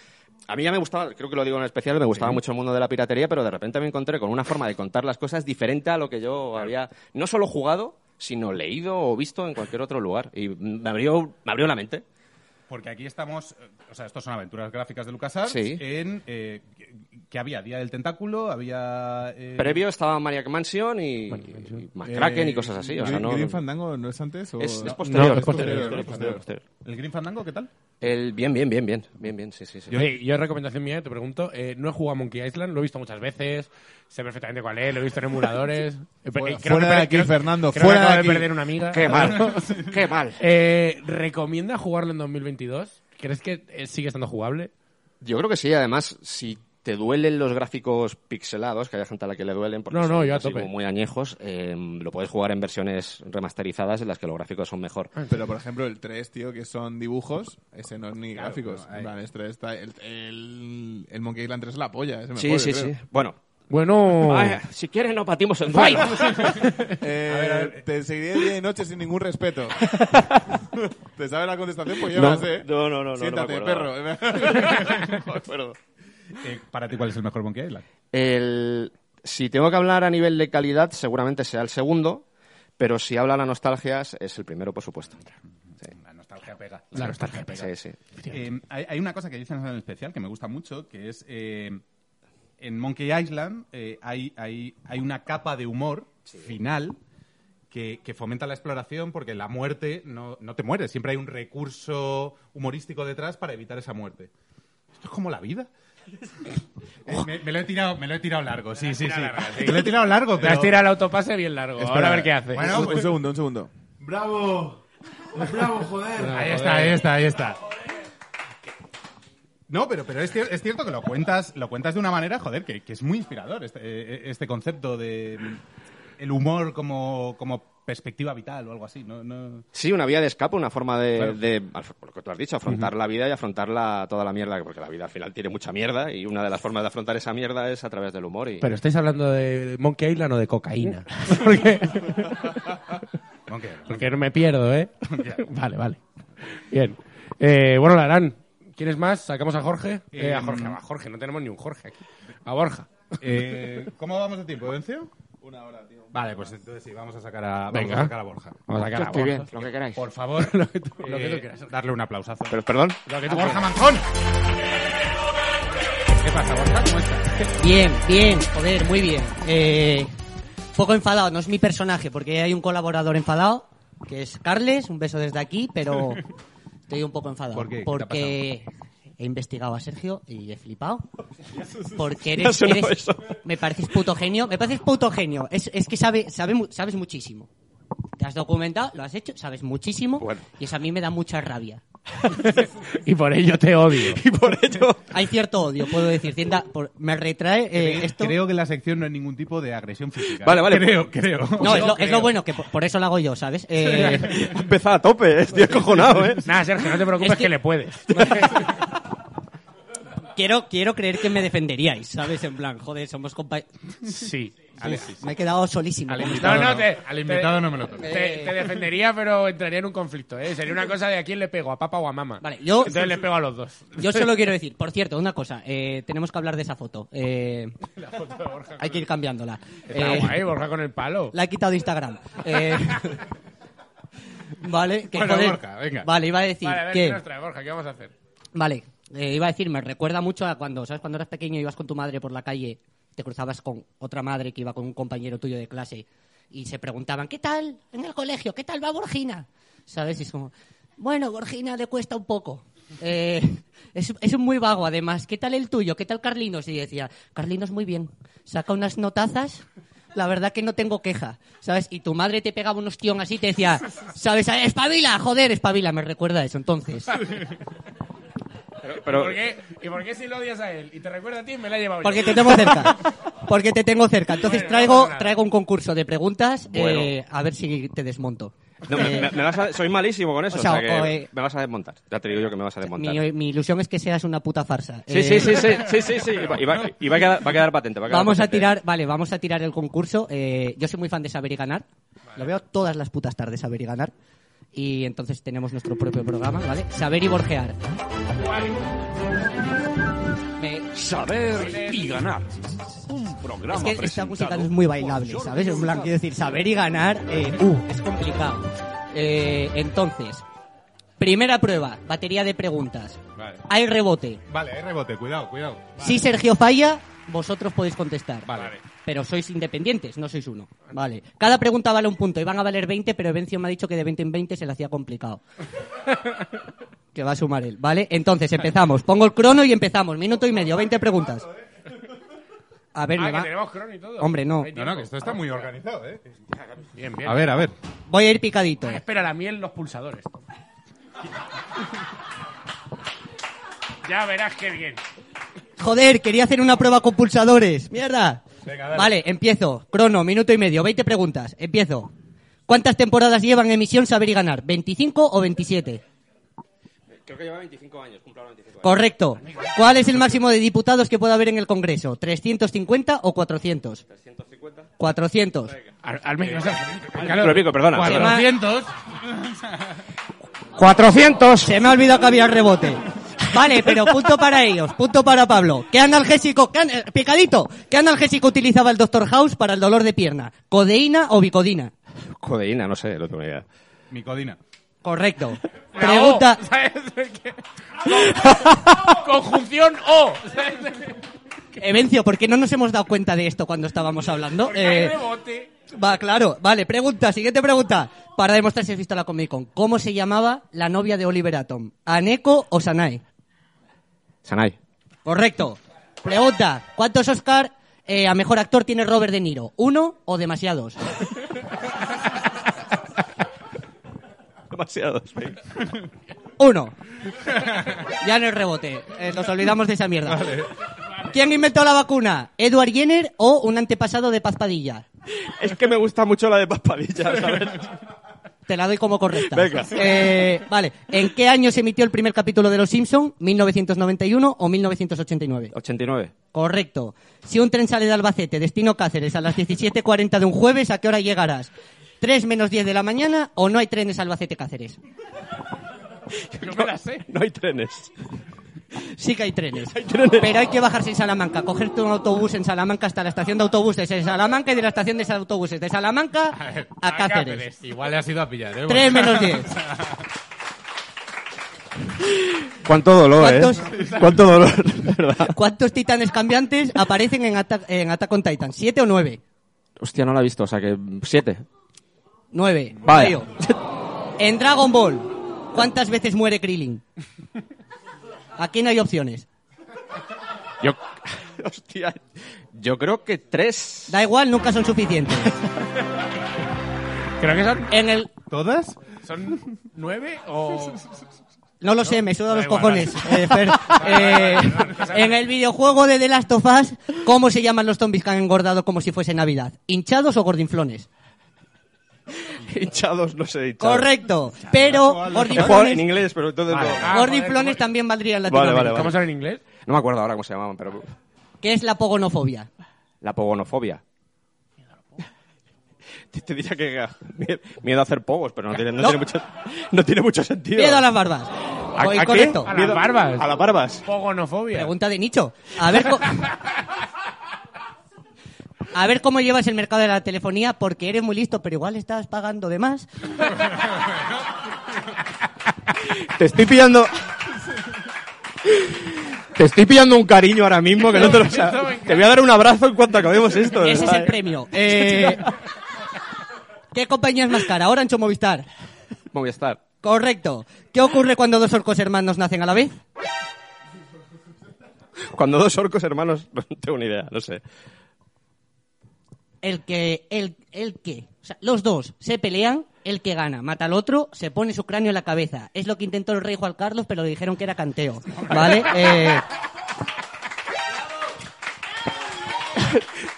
a mí ya me gustaba, creo que lo digo en especial, me gustaba mucho el mundo de la piratería, pero de repente me encontré con una forma de contar las cosas diferente a lo que yo había no solo jugado, sino leído o visto en cualquier otro lugar. Y me abrió, me abrió la mente.
Porque aquí estamos, eh, o sea, estos son aventuras gráficas de LucasArts,
Sí.
en eh, que- que había Día del Tentáculo, había... eh,
Previo estaba Maniac Mansion y, y McCracken y cosas así. o sea,
Eh, Green,
no-
Green Fandango no es antes? O...
es, es
No.
posterior.
No,
es posterior,
es
es posterior, posterior.
¿El Green Fandango qué tal?
El, bien, bien, bien, bien, bien, bien, sí, sí, sí.
Yo, yo recomendación mía, te pregunto, eh, no he jugado a Monkey Island, lo he visto muchas veces, sé perfectamente cuál es, lo he visto en emuladores. Eh, pe-
Fuera-
eh, creo
fuera
que
de
per-
aquí,
creo-
Fernando,
creo que
fuera de
acabo
aquí.
perder una amiga.
Qué mal, qué mal.
Eh, ¿Recomienda jugarlo en 2022? ¿Crees que eh, sigue estando jugable?
Yo creo que sí, además, si te duelen los gráficos pixelados, que hay gente a la que le duelen porque
No, no,
son
yo a
así
tope.
como muy añejos, eh, lo puedes jugar en versiones remasterizadas en las que los gráficos son mejor.
Pero, por ejemplo, el 3, tío, que son dibujos, ese no es ni gráficos.
bueno, ahí.
En plan, este está- el, el, el Monkey Island 3 es la polla, ese me
Sí,
jode,
sí,
creo.
sí. Bueno,
Bueno,
ay, si quieres nos batimos en duelo.
Eh, Te seguiré de día y noche sin ningún respeto. ¿Te sabes la contestación? Pues yo
No,
la sé.
no, no, no, no me
Siéntate,
acuerdo.
perro. No me acuerdo.
Eh, para ti, ¿cuál es el mejor Monkey Island?
El- si tengo que hablar a nivel de calidad, seguramente sea el segundo, pero si habla la nostalgia, es el primero, por supuesto.
La nostalgia pega.
la nostalgia pega.
Sí, sí.
Eh, hay, hay una cosa que dicen en el especial que me gusta mucho, que es eh, en Monkey Island eh, hay, hay, hay una capa de humor final que, que fomenta la exploración porque la muerte no, no te muere, siempre hay un recurso humorístico detrás para evitar esa muerte. Esto es como la vida. Eh, me, me lo he tirado, me lo he tirado largo, sí, sí, sí. Me lo he tirado largo,
Te has
pero...
tirado al autopase bien largo. Ahora a ver qué hace.
Bueno,
un,
pues-
un segundo, un segundo.
¡Bravo! ¡Bravo, joder!
Ahí está, ahí está, ahí está. No, pero, pero es, cier- es cierto que lo cuentas, lo cuentas de una manera, joder, que, que es muy inspirador este, eh, este concepto de mm, el humor como, como perspectiva vital o algo así. No, no-
Sí, una vía de escape, una forma de, de- af- por lo que tú has dicho, afrontar la vida y afrontarla toda la mierda, porque la vida al final tiene mucha mierda y una de las formas de afrontar esa mierda es a través del humor. Y...
Pero estáis hablando de Monkey Island o de cocaína. Porque,
Aunque-
porque no me pierdo, ¿eh? Vale, vale. Bien. Eh, bueno, Larán, ¿quieres más? ¿Sacamos a Jorge? Eh, a
Eh,
Jorge, a Jorge, no tenemos ni un Jorge aquí. A Borja.
eh, ¿Cómo vamos de tiempo, Vencio? Una hora, tío. Vale, pues entonces sí, vamos a sacar a, vamos
Venga.
a, sacar a Borja.
Vamos a sacar a Borja.
lo que queráis.
Por favor, lo que tú,
lo que tú quieras.
darle un aplausazo.
Pero perdón,
Lo que
¡A
tú
Borja
quieras.
Manzón! ¿Qué pasa, Borja? ¿Cómo estás?
Bien, bien, joder, muy bien. Eh, poco enfadado, no es mi personaje, porque hay un colaborador enfadado, que es Carles, un beso desde aquí, pero estoy un poco enfadado.
¿Por qué? ¿Qué te ha
Porque he investigado a Sergio y he flipado. Porque
Ya
eres...
sonó
eres-
eso.
me pareces puto genio, me pareces puto genio. Es, es que sabe, sabe mu- sabes muchísimo. Te has documentado, lo has hecho, sabes muchísimo
Bueno.
y eso a mí me da mucha rabia.
Y por ello te odio.
y por ello.
Hay cierto odio, puedo decir. Tienda, por- me retrae eh, esto.
Creo que en la sección no hay ningún tipo de agresión física.
Vale,
¿eh?
vale.
Creo, creo.
No, es lo,
Creo.
es lo bueno, que por, por eso lo hago yo, ¿sabes? Eh,
Empezaba a tope, eh, estoy acojonado, ¿eh?
Nada, Sergio, no te preocupes
Es
que...
que-
le puedes.
quiero, quiero creer que me defenderíais, ¿sabes? En plan, joder, somos compa...
Sí.
Me he quedado solísimo.
Al
con
invitado
No,
no,
no, te-
al
te- eh,
invitado no me lo toques.
Eh.
Te, te defendería, pero entraría en un conflicto, ¿eh? Sería una cosa de a quién le pego, a papá o a mamá.
Vale, yo-
Entonces le pego a los dos.
esto. Yo solo quiero decir, por cierto, una cosa. eh, tenemos que hablar de esa foto. Eh, hay que ir cambiándola.
Está
Eh,
guay, Borja con el palo.
la he quitado de Instagram. Eh, vale, que
Bueno,
joder.
Gorka, venga.
Vale, iba a decir
Vale, a ver, ¿qué
que...
nos trae, Borja? ¿Qué vamos a hacer?
Vale, eh, iba a decir, me recuerda mucho a cuando, ¿sabes? Cuando eras pequeño ibas con tu madre por la calle, te cruzabas con otra madre que iba con un compañero tuyo de clase y se preguntaban, ¿qué tal en el colegio? ¿Qué tal va Gorgina? ¿Sabes? Y es como, bueno, Gorgina le cuesta un poco. Eh, es, es muy vago, además. ¿Qué tal el tuyo? ¿Qué tal Carlinos? Y decía, Carlinos muy bien. Saca unas notazas. La verdad que no tengo queja, ¿sabes? Y tu madre te pegaba un ostión así y te decía, ¿sabes? ¡Espabila! ¡Joder, espabila! Me recuerda a eso, entonces.
Pero,
¿Por qué? ¿Y por qué si lo odias a él y te recuerda a ti, me la he llevado
Porque
yo?
te tengo cerca. Porque te tengo cerca.
Bueno,
Entonces
no pasa
traigo,
nada.
traigo un concurso de preguntas
Bueno.
eh, a ver si te desmonto.
no, me- me- me vas a- soy malísimo con eso,
O
o
sea,
sea, que
o, eh,
me vas a desmontar. Ya te digo yo que me vas a desmontar.
Mi, mi ilusión es que seas una puta farsa.
Sí,
Eh,
sí, sí, sí, sí, sí, sí. Y va, y va- y va a, quedar, va a quedar patente. va a quedar
Vamos a
patente.
tirar, vale, vamos a tirar el concurso. Eh, yo soy muy fan de saber y ganar. Lo veo todas las putas tardes saber y ganar. Y entonces tenemos nuestro propio programa, ¿vale? Saber y borgear.
Saber y ganar. Un programa
Es que esta
presentado
música no es muy bailable, ¿sabes? En plan, quiero decir, saber y ganar, eh, uh, es complicado. Eh, entonces, primera prueba, batería de preguntas.
Vale.
Hay rebote.
Vale, hay rebote, cuidado, cuidado.
Si Sergio falla, vosotros podéis contestar.
Vale.
Pero sois independientes, no sois uno. Vale. Cada pregunta vale un punto y van a valer 20, pero Bencio me ha dicho que de 20 en 20 se le hacía complicado. que va a sumar él, ¿vale? Entonces empezamos. Pongo el crono y empezamos. Minuto y medio, 20 preguntas. A ver,
Ah,
me
que
va-
tenemos crono y todo.
Hombre, no.
Hay
No,
No,
tiempo.
que esto está muy organizado, ¿eh?
Bien, bien.
ver.
Voy a ir picadito.
Espera, la miel, los pulsadores. ya verás qué bien.
Joder, quería hacer una prueba con pulsadores. Mierda.
Venga, dale.
Vale, empiezo. Crono, minuto y medio, 20 preguntas. Empiezo. ¿Cuántas temporadas llevan emisión Saber y Ganar? ¿25 o 27?
Creo que lleva 25 años, cumplo ahora 25 años.
Correcto. ¿Cuál es el máximo de diputados que puede haber en el Congreso? ¿350 o 400?
350.
400.
Al, al menos.
Te lo pico, perdona. perdona.
400.
400. Se me ha olvidado que había rebote. Vale, pero punto para ellos, punto para Pablo. ¿Qué analgésico, qué an- eh, picadito, qué analgésico utilizaba el Dr. House para el dolor de pierna? ¿Codeína o bicodina?
Codeína, no sé, no tengo ni idea.
Micodina.
Correcto. Pregunta,
O, ¿sabes? Que- Conjunción O. ¿sabes?
Evencio, ¿por qué no nos hemos dado cuenta de esto cuando estábamos hablando?
Porque hay
Eh,
rebote.
va, claro. Vale, pregunta, siguiente pregunta. Para demostrar si has visto la Comic Con. ¿Cómo se llamaba la novia de Oliver Atom? ¿Aneko o Sanae?
Sanai.
Correcto. Pregunta, ¿cuántos Oscar eh, a mejor actor tiene Robert De Niro? ¿Uno o demasiados?
Demasiados.
Uno. Ya no es rebote. Eh, nos olvidamos de esa mierda. ¿Quién inventó la vacuna? ¿Edward Jenner o un antepasado de Paz Padilla?
Es que me gusta mucho la de Paspadilla, ¿sabes?
Te la doy como correcta.
Venga.
Eh, vale. ¿En qué año se emitió el primer capítulo de Los Simpson? ¿1991 o 1989?
89.
Correcto. Si un tren sale de Albacete, destino Cáceres, a las 17.40 de un jueves, ¿a qué hora llegarás? ¿3 menos 10 de la mañana o no hay trenes Albacete-Cáceres?
Yo me la sé.
No hay trenes.
Sí que hay trenes. Pero hay que bajarse en Salamanca, cogerte un autobús en Salamanca hasta la estación de autobuses en Salamanca y de la estación de autobuses de Salamanca a Cáceres.
Igual le has ido a pillar, ¿eh?
3 menos 10.
Cuánto dolor, ¿eh?
¿Cuántos?
Cuánto dolor, ¿verdad?
¿Cuántos titanes cambiantes aparecen en, Ata- en Attack on Titan? ¿Siete o nueve?
Hostia, no la he visto, o sea que siete.
Nueve.
Vaya.
Tío. En Dragon Ball, ¿cuántas veces muere Krillin? Aquí no hay opciones.
Yo. Hostia. Yo creo que tres.
Da igual, nunca son suficientes.
Creo que son,
En el...
¿Todas?
son nueve o.
No lo sé, me suda
da
los
igual,
cojones.
vale.
eh, Fer. Eh,
vale, vale, no pasa nada.
en el videojuego de The Last of Us, ¿cómo se llaman los zombies que han engordado como si fuese Navidad? ¿Hinchados o gordinflones?
Hinchados, no sé, hinchados.
Correcto. Pero
He jugado en
gordinflones,
inglés, pero entonces
Vale.
no.
Ah, joder,
gordinflones
vale.
también valdrían en
vale,
Latinoamérica.
vale.
¿Cómo son en inglés?
No me acuerdo ahora cómo se llamaban, pero.
¿Qué es la pogonofobia?
La pogonofobia. Te, te diría que ah, mie- miedo a hacer pogos, pero no tiene, no
No.
tiene, mucho, no tiene mucho sentido.
Miedo a las barbas.
¿A-
Voy
a qué?
correcto.
A
Miedo-
las barbas.
A las barbas.
Pogonofobia.
Pregunta de nicho. A ver, co- a ver cómo llevas el mercado de la telefonía, porque eres muy listo, pero igual estás pagando de más.
Te estoy pillando. Te estoy pillando un cariño ahora mismo que no te lo sabes. Te voy a dar un abrazo en cuanto acabemos esto.
Ese es el premio. Eh, ¿Qué compañía es más cara? Orange o Movistar.
Voy a estar.
Correcto. ¿Qué ocurre cuando dos orcos hermanos nacen a la vez?
Cuando dos orcos hermanos, no tengo ni idea, no sé.
El que, el, el que, o sea, los dos se pelean, el que gana mata al otro, se pone su cráneo en la cabeza. Es lo que intentó el rey Juan Carlos, pero le dijeron que era canteo. ¿Vale? Eh,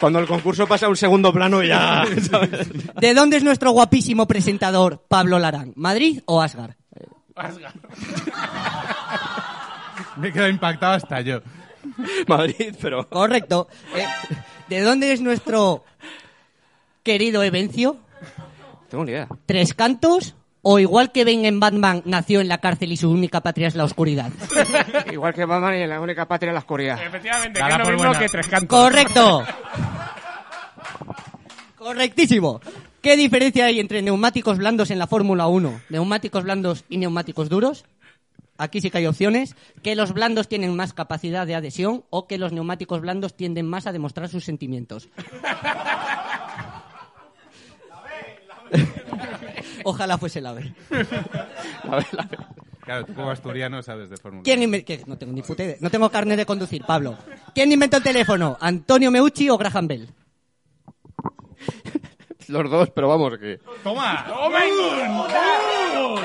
Cuando el concurso pasa a un segundo plano ya. ¿sabes?
¿De dónde es nuestro guapísimo presentador Pablo Larán? ¿Madrid o Asgar?
Me he quedado impactado hasta yo.
Madrid, pero.
Correcto. Eh, ¿De dónde es nuestro querido Evencio?
Tengo ni idea.
¿Tres cantos? ¿O igual que Ben en Batman nació en la cárcel y su única patria es la oscuridad?
Igual que Batman y la única patria en la oscuridad.
Efectivamente,
que es lo mismo que
tres
cantos.
Correcto. Correctísimo. ¿Qué diferencia hay entre neumáticos blandos en la Fórmula 1? Neumáticos blandos y neumáticos duros. Aquí sí que hay opciones. Que los blandos tienen más capacidad de adhesión o que los neumáticos blandos tienden más a demostrar sus sentimientos. Ojalá fuese la B.
Claro, tú como asturiano sabes de Fórmula
¿Quién inven- que No tengo ni puta idea. No tengo carne de conducir, Pablo. ¿Quién inventó el teléfono? ¿Antonio Meucci o Graham Bell?
Los dos, pero vamos, que.
¡Toma!
¡Toma, Ingun!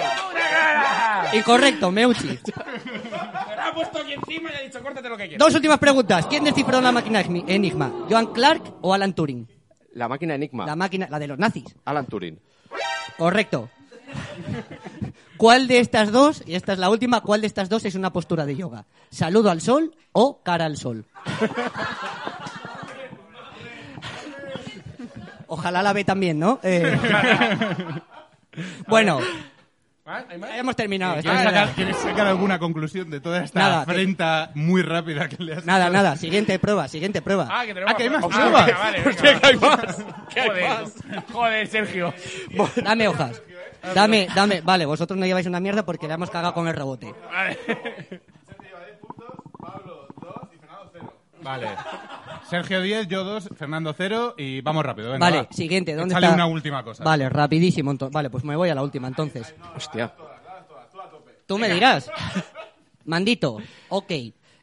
Incorrecto, Meucci.
Me la ha puesto aquí encima y ha dicho, córtate lo que quieras.
Dos últimas preguntas. ¿Quién descifró la máquina Enigmi- Enigma? ¿Joan Clark o Alan Turing?
La máquina Enigma.
La máquina, la de los nazis.
Alan Turing.
Correcto. ¿Cuál de estas dos, y esta es la última, cuál de estas dos es una postura de yoga? ¿Saludo al sol o cara al sol? Ojalá la ve también, ¿no? Eh, Bueno, hemos terminado.
Eh,
¿Quieres
Estamos-
sacar, quieres sacar alguna conclusión de toda esta
Ah, Nada, que-
afrenta muy rápida que le has
Nada,
hecho?
nada. Siguiente prueba, siguiente prueba.
Ah, que tenemos
Ah, que hay
más
más
pruebas. Ah, venga,
pruebas.
vale,
Hostia,
venga,
que hay
vale.
más.
Que hay
Joder.
más. Joder, Sergio.
Dame hojas. Dame, dame. Vale, vosotros no lleváis una mierda porque la hemos cagado con el rebote.
Vale. Sergio 10, yo 2, Fernando 0 y vamos rápido. Venga,
Vale,
va.
siguiente. ¿Dónde
Échale
está?
una última cosa.
Vale, rapidísimo. ento- Vale, pues me voy a la última entonces.
Hostia.
Tú me dirás. Mandito, ok.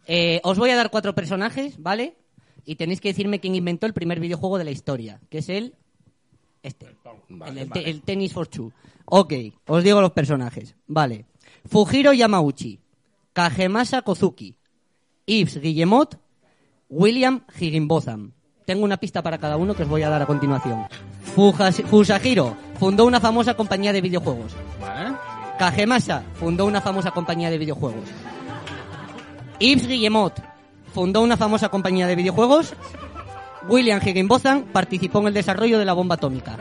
Eh, os voy a dar cuatro personajes, ¿vale? Y tenéis que decirme quién inventó el primer videojuego de la historia, que es el... Este. el, el te- el Tennis for Two. Ok, os digo los personajes. Vale. Fujiro Yamauchi, Kagemasa Kozuki, Yves Guillemot, William Higginbotham. Tengo una pista para cada uno que os voy a dar a continuación. Fujas- Fusajiro fundó una famosa compañía de videojuegos.
Vale.
Kagemasa fundó una famosa compañía de videojuegos. Yves Guillemot fundó una famosa compañía de videojuegos. William Higginbotham participó en el desarrollo de la bomba atómica.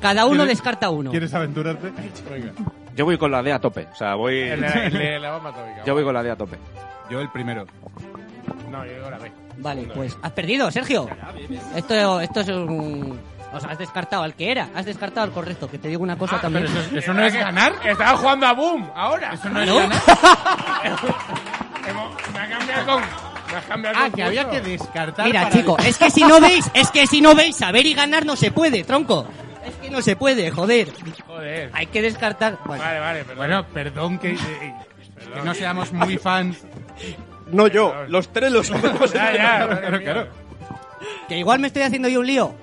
Cada uno
¿Quieres-
descarta uno.
quieres
aventurarte?
Venga. Yo voy con la D a tope. O sea, voy.
El de la- el de la bomba atómica.
Yo voy con la D a tope.
Yo el primero.
No, yo digo la B.
Vale, pues has perdido, Sergio. Esto, esto es un... O sea, has descartado al que era. Has descartado al correcto, que te digo una cosa
Ah,
también.
Estaba jugando a Boom ahora. Eso
no es ganar.
Me ha cambiado con. Me ha cambiado
Ah,
con
que había
gusto.
que descartar.
Mira,
para-
chico, eh. es que si no veis, es que si no veis, saber y ganar no se puede, tronco. Es que no se puede, joder.
Joder.
Hay que descartar. Bueno,
Vale, vale, perdón.
Bueno, perdón que, eh, que no seamos muy fans.
No yo, los tres los
Ya, ya, madre mía.
que igual me estoy haciendo yo un lío.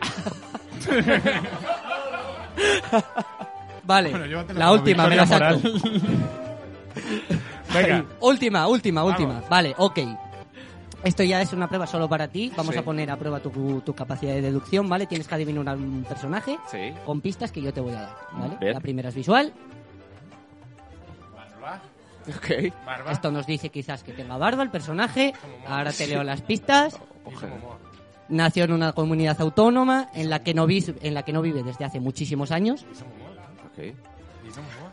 vale,
Bueno, llévatelo
la
como
última, me la
victoria
saco.
Venga.
Última, última, última. Vale, ok. Esto ya es una prueba solo para ti. Vamos
Sí.
a poner a prueba tu, tu capacidad de deducción, ¿vale? Tienes que adivinar un personaje
Sí.
con pistas que yo te voy a dar, ¿vale?
Bien.
La primera es visual.
Ok.
Barba.
Esto nos dice quizás que tenga barba el personaje. Ahora te leo las pistas. Nació en una comunidad autónoma en la que no, vis- en la que no vive desde hace muchísimos años.
Ok.
¿Y somos moa?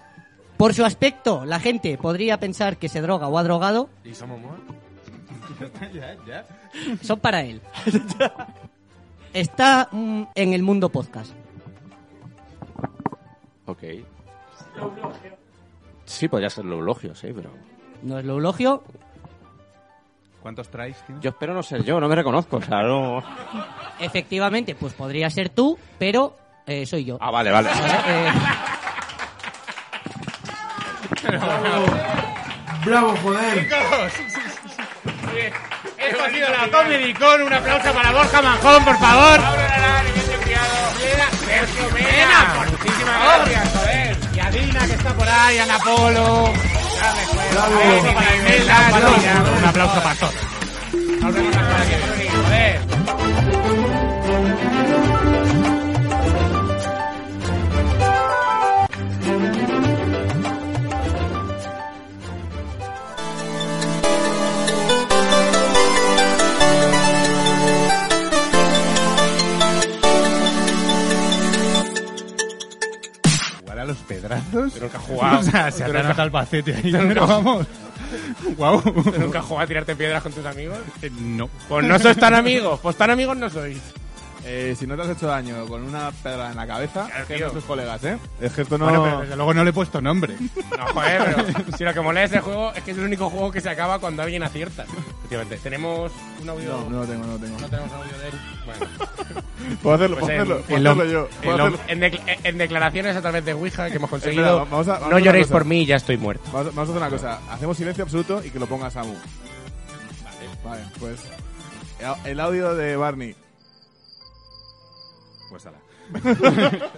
Por su aspecto, la gente podría pensar que se droga o ha drogado.
¿Y somos moa?
Son para él. Está mm, en el mundo podcast.
Ok. Sí, podría ser Leulogio, sí, pero.
No es lo elogio.
¿Cuántos traes, tío?
Yo espero no ser yo, no me reconozco, o sea, no.
Efectivamente, pues podría ser tú, pero eh, soy yo.
Ah, vale, vale.
Eh,
Bravo, joder.
Esto ha sido la Comedy Con. Un aplauso para Borja Manjón, por favor. Sergio Mena. Muchísimas gracias, joder. Y a Dina, que está por ahí, Ana Polo. Un aplauso para Imelda, Paloma. Un aplauso para todos. Hablamos la semana que viene, joder.
Igual a los brazos.
Nunca has jugado.
O sea, se
Tú
ataron
nunca-
al pacete ahí.
Tú nunca-
Pero vamos. Guau.
¿Tú nunca has jugado a tirarte piedras con tus amigos?
No.
Pues no sois tan amigos. Pues tan amigos no sois.
Eh, si no te has hecho daño con una pedra en la cabeza, que
tío.
no tus colegas, ¿eh? Es que esto no...
Bueno, pero desde luego no le he puesto nombre.
No, joder, pero si lo que mola de este juego es que es el único juego que se acaba cuando alguien acierta. Efectivamente. Tenemos un audio.
No, no lo tengo, no lo tengo.
No tenemos audio de él. Bueno.
Puedo hacerlo,
Pues en-
puedo hacerlo, puedo
en lo-
hacerlo yo.
en
puedo
lo-
hacerlo.
En, dec- en declaraciones a través de Ouija que hemos conseguido.
Espera, vamos a- vamos a
no
hacer
lloréis
una cosa.
por mí, ya estoy muerto.
Vamos, a- vamos a hacer una cosa. Hacemos silencio absoluto y que lo ponga Samu. Vale. pues... El audio de Barney.
Pues ala.